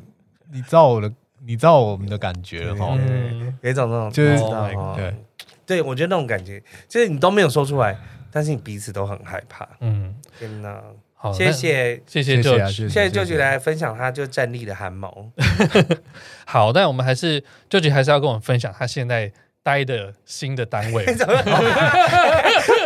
你知道我的，你知道我们的感觉了哈，
嗯，
有一种那种
就是
知道
哦
哦
对，
对，我觉得那种感觉，就是你都没有说出来，但是你彼此都很害怕。
嗯，
天哪！
好，
谢谢，
哦那，谢
谢
谢
谢啊
George。
谢
谢
谢
谢舅舅来分享他就站立的汗毛。 <laughs>
好，但我们还是 George 还是要跟我们分享他现在待的新的单
<laughs>
位。
怎么好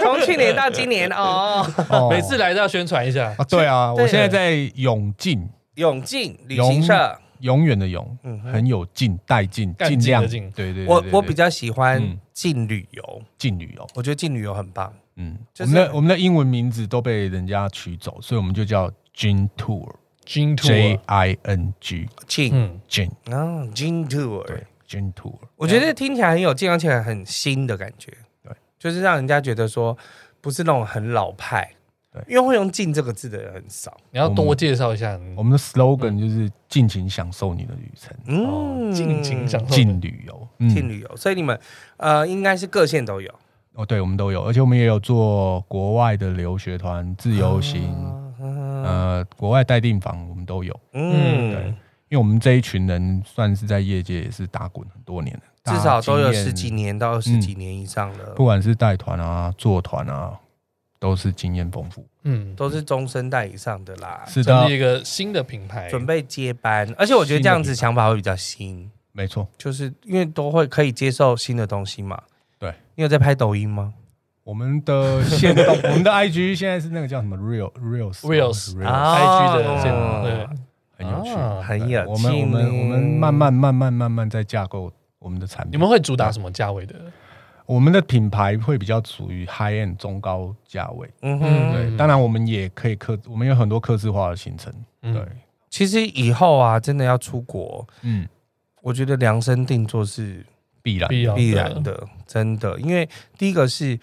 从去年到今年哦，
哦
<laughs> 每次来都要宣传一下。
啊，对啊，
对
我现在在永进，
永进旅行社，
永远的永，
嗯哼，
很有劲，带劲，
干
尽
劲的
量，
劲
对对对，
我
对
我
对
比较喜欢
嗯
进旅游，
劲旅游，
我觉得进旅游很棒。
嗯，
就
我
是
们的我们的英文名字都被人家取走，所以我们就叫 Gin Tour，J
Gin Tour，
I N G
进
嗯，
Gin，
啊进 tour，
对，Gin Tour，
我觉得听起来很有劲，而且很新的感觉。
对，
就是让人家觉得说不是那种很老派。
对
因为会用“进”这个字的人很少。
你要
我
多
们
介绍一下。
我们的 slogan 就是尽情享受你的旅程，哦
嗯，
尽情享受
劲旅游，
进
嗯，
旅游，所以你们呃应该是各县都有
哦，对，我们都有，而且我们也有做国外的留学团、自由行，
嗯
呃，国外待定房我们都有，
嗯
对，因为我们这一群人算是在业界也是打滚很多年了，大
至少
家
都有
经验
十几，年到二十几年以上的，
不管是带团啊、做团啊，都是经验丰富。
嗯，
都是中生代以上啊的啦。
是
成
的啊
立，一个新的品牌，
准备接班，而且我觉得这样子想法会比较新，
没错，
就是因为都会可以接受新的东西嘛。
对，
你有在拍抖音吗？
我们的现动，我们的 IG 现在是那个叫什么 Real Reals
Reels
啊
Real，
IG 的
哦
现对
很有趣，
啊
很有
我们我
劲
们
呢
我们慢慢慢慢慢慢在架构我们的产品。
你们会主打什么价位的？
我们的品牌会比较属于 high end 中高价位，
嗯哼，
嗯
对，当然我们也可以克，我们有很多克制化的行程，
嗯
对，
其实以后啊，真的要出国，
嗯，
我觉得量身定做是
必然，
必要
必然，的，真的，因为第一个是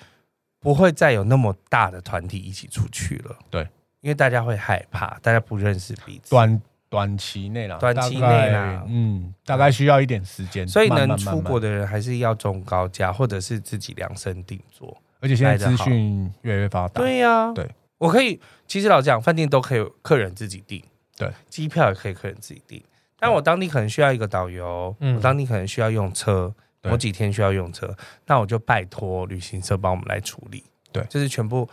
不会再有那么大的团体一起出去了，
对，
因为大家会害怕，大家不认识彼此，
短短期内啦，
短期内
大概
啦
嗯，大概需要一点时间，
所以
慢
能
慢
出
慢慢
国的人还是要中高价，或者是自己量身定做。
而且现
待
在
得
资
好
讯越来越发达，
对呀、
对，
我可以，其实老实讲，饭店都可以客人自己订，
对，
机票也可以客人自己订，但我当地可能需要一个导游，
嗯
我当地可能需要用车，
对
某几天需要用车，那我就拜托旅行社帮我们来处理，
对
就是全部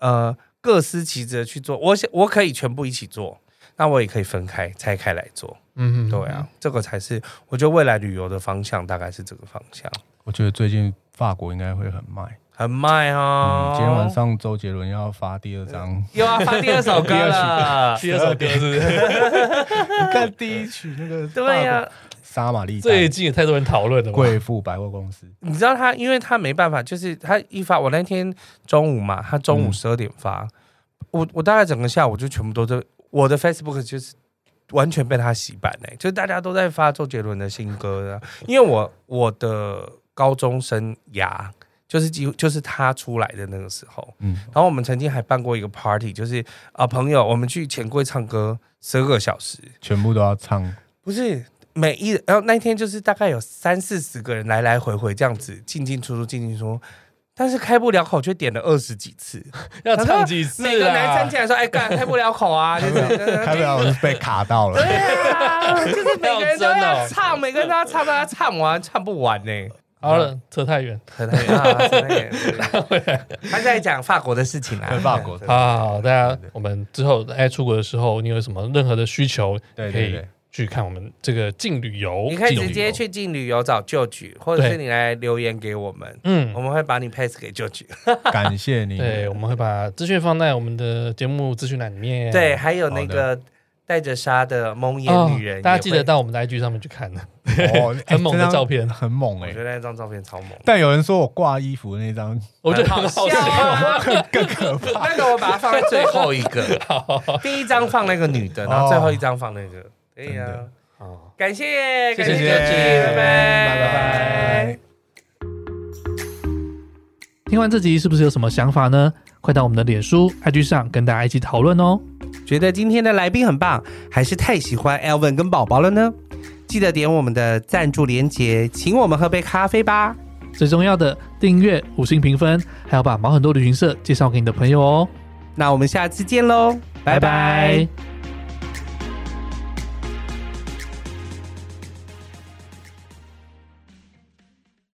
呃各司其职的去做，我想我可以全部一起做。那我也可以分开拆开来做，
嗯，。
对啊，，这个才是我觉得未来旅游的方向，大概是这个方向。
我觉得最近法国应该会很卖。
很卖哦、
嗯，今天晚上周杰伦要发第二张，
<laughs> 又要放第二首歌了
<laughs>
第二首歌是不是？
你看第一曲那个
对呀、
杀马丽
最近也太多人讨论了吧？
贵妇百货公司，
你知道他，因为他没办法，就是他一发，我那天中午嘛，他中午
嗯
十二点发，我我大概整个下午就全部都在我的 Facebook 就是。完全被他洗版嘞、就是大家都在发周杰伦的新歌啊，因为我我的高中生涯就是几乎就是他出来的那个时候，
嗯，
然后我们曾经还办过一个 party，就是啊、朋友我们去钱柜唱歌十二个小时，
全部都要唱，
不是每一，然后那一天就是大概有三四十个人来来回回这样子进进出出进进出出，但是开不了口却点了二十几次， <laughs>
要唱几次啊？
每个男生进来说：“哎，干开不了口
<laughs>
啊！”就是 <laughs>
开不了我是被卡到了，
对啊，就是每个人都
要
要
真哦
唱，每个人都要唱，大家唱完唱不完呢、
<laughs> 好了，扯太远。
很累啊，很累。 <laughs> 他在讲法国的事情啊，
在法国
好好，好大家我们之后哎出国的时候，你有什么任何的需求，
对
可
对
以
对，
去看我们这个劲旅游，
你可以
劲旅
直接
游。
去进旅游找舅舅，或者是
哦对
你来留言给我们，
嗯
我，们会把你 pass 给舅舅。
感谢
<laughs>
你，
对，我们会把资讯放在我们的节目资讯栏里面。
对，还有那
好
个带着纱的蒙
哦
眼女人，
大家记得，到我们的 IG 上面去看，
哦，哎
很猛的照，
这
片
张，很猛
我
哎
觉，得那张照片超猛。
但有人说我挂衣服那张
我觉得
很
很
好
好
笑
笑。
啊！ <laughs>
更可怕，
那个我把它放在最后一个，
好
<laughs> 第一张放那个女的，然后最后一张放那个。对
真
呀
的，
好，
感谢，
哦谢
感
谢
舅舅，拜
哎
拜，
拜拜。
听完这集是不是有什么想法呢？快到我们的脸书、IG 上跟大家一起讨论哦。
觉得今天的来宾很棒，还是太喜欢 Elvin 跟宝宝了呢？记得点我们的赞助连结，请我们喝杯咖啡吧。
最重要的，订阅、五星评分，还要把毛很多旅行社介绍给你的朋友哦。
那我们下次见喽，拜拜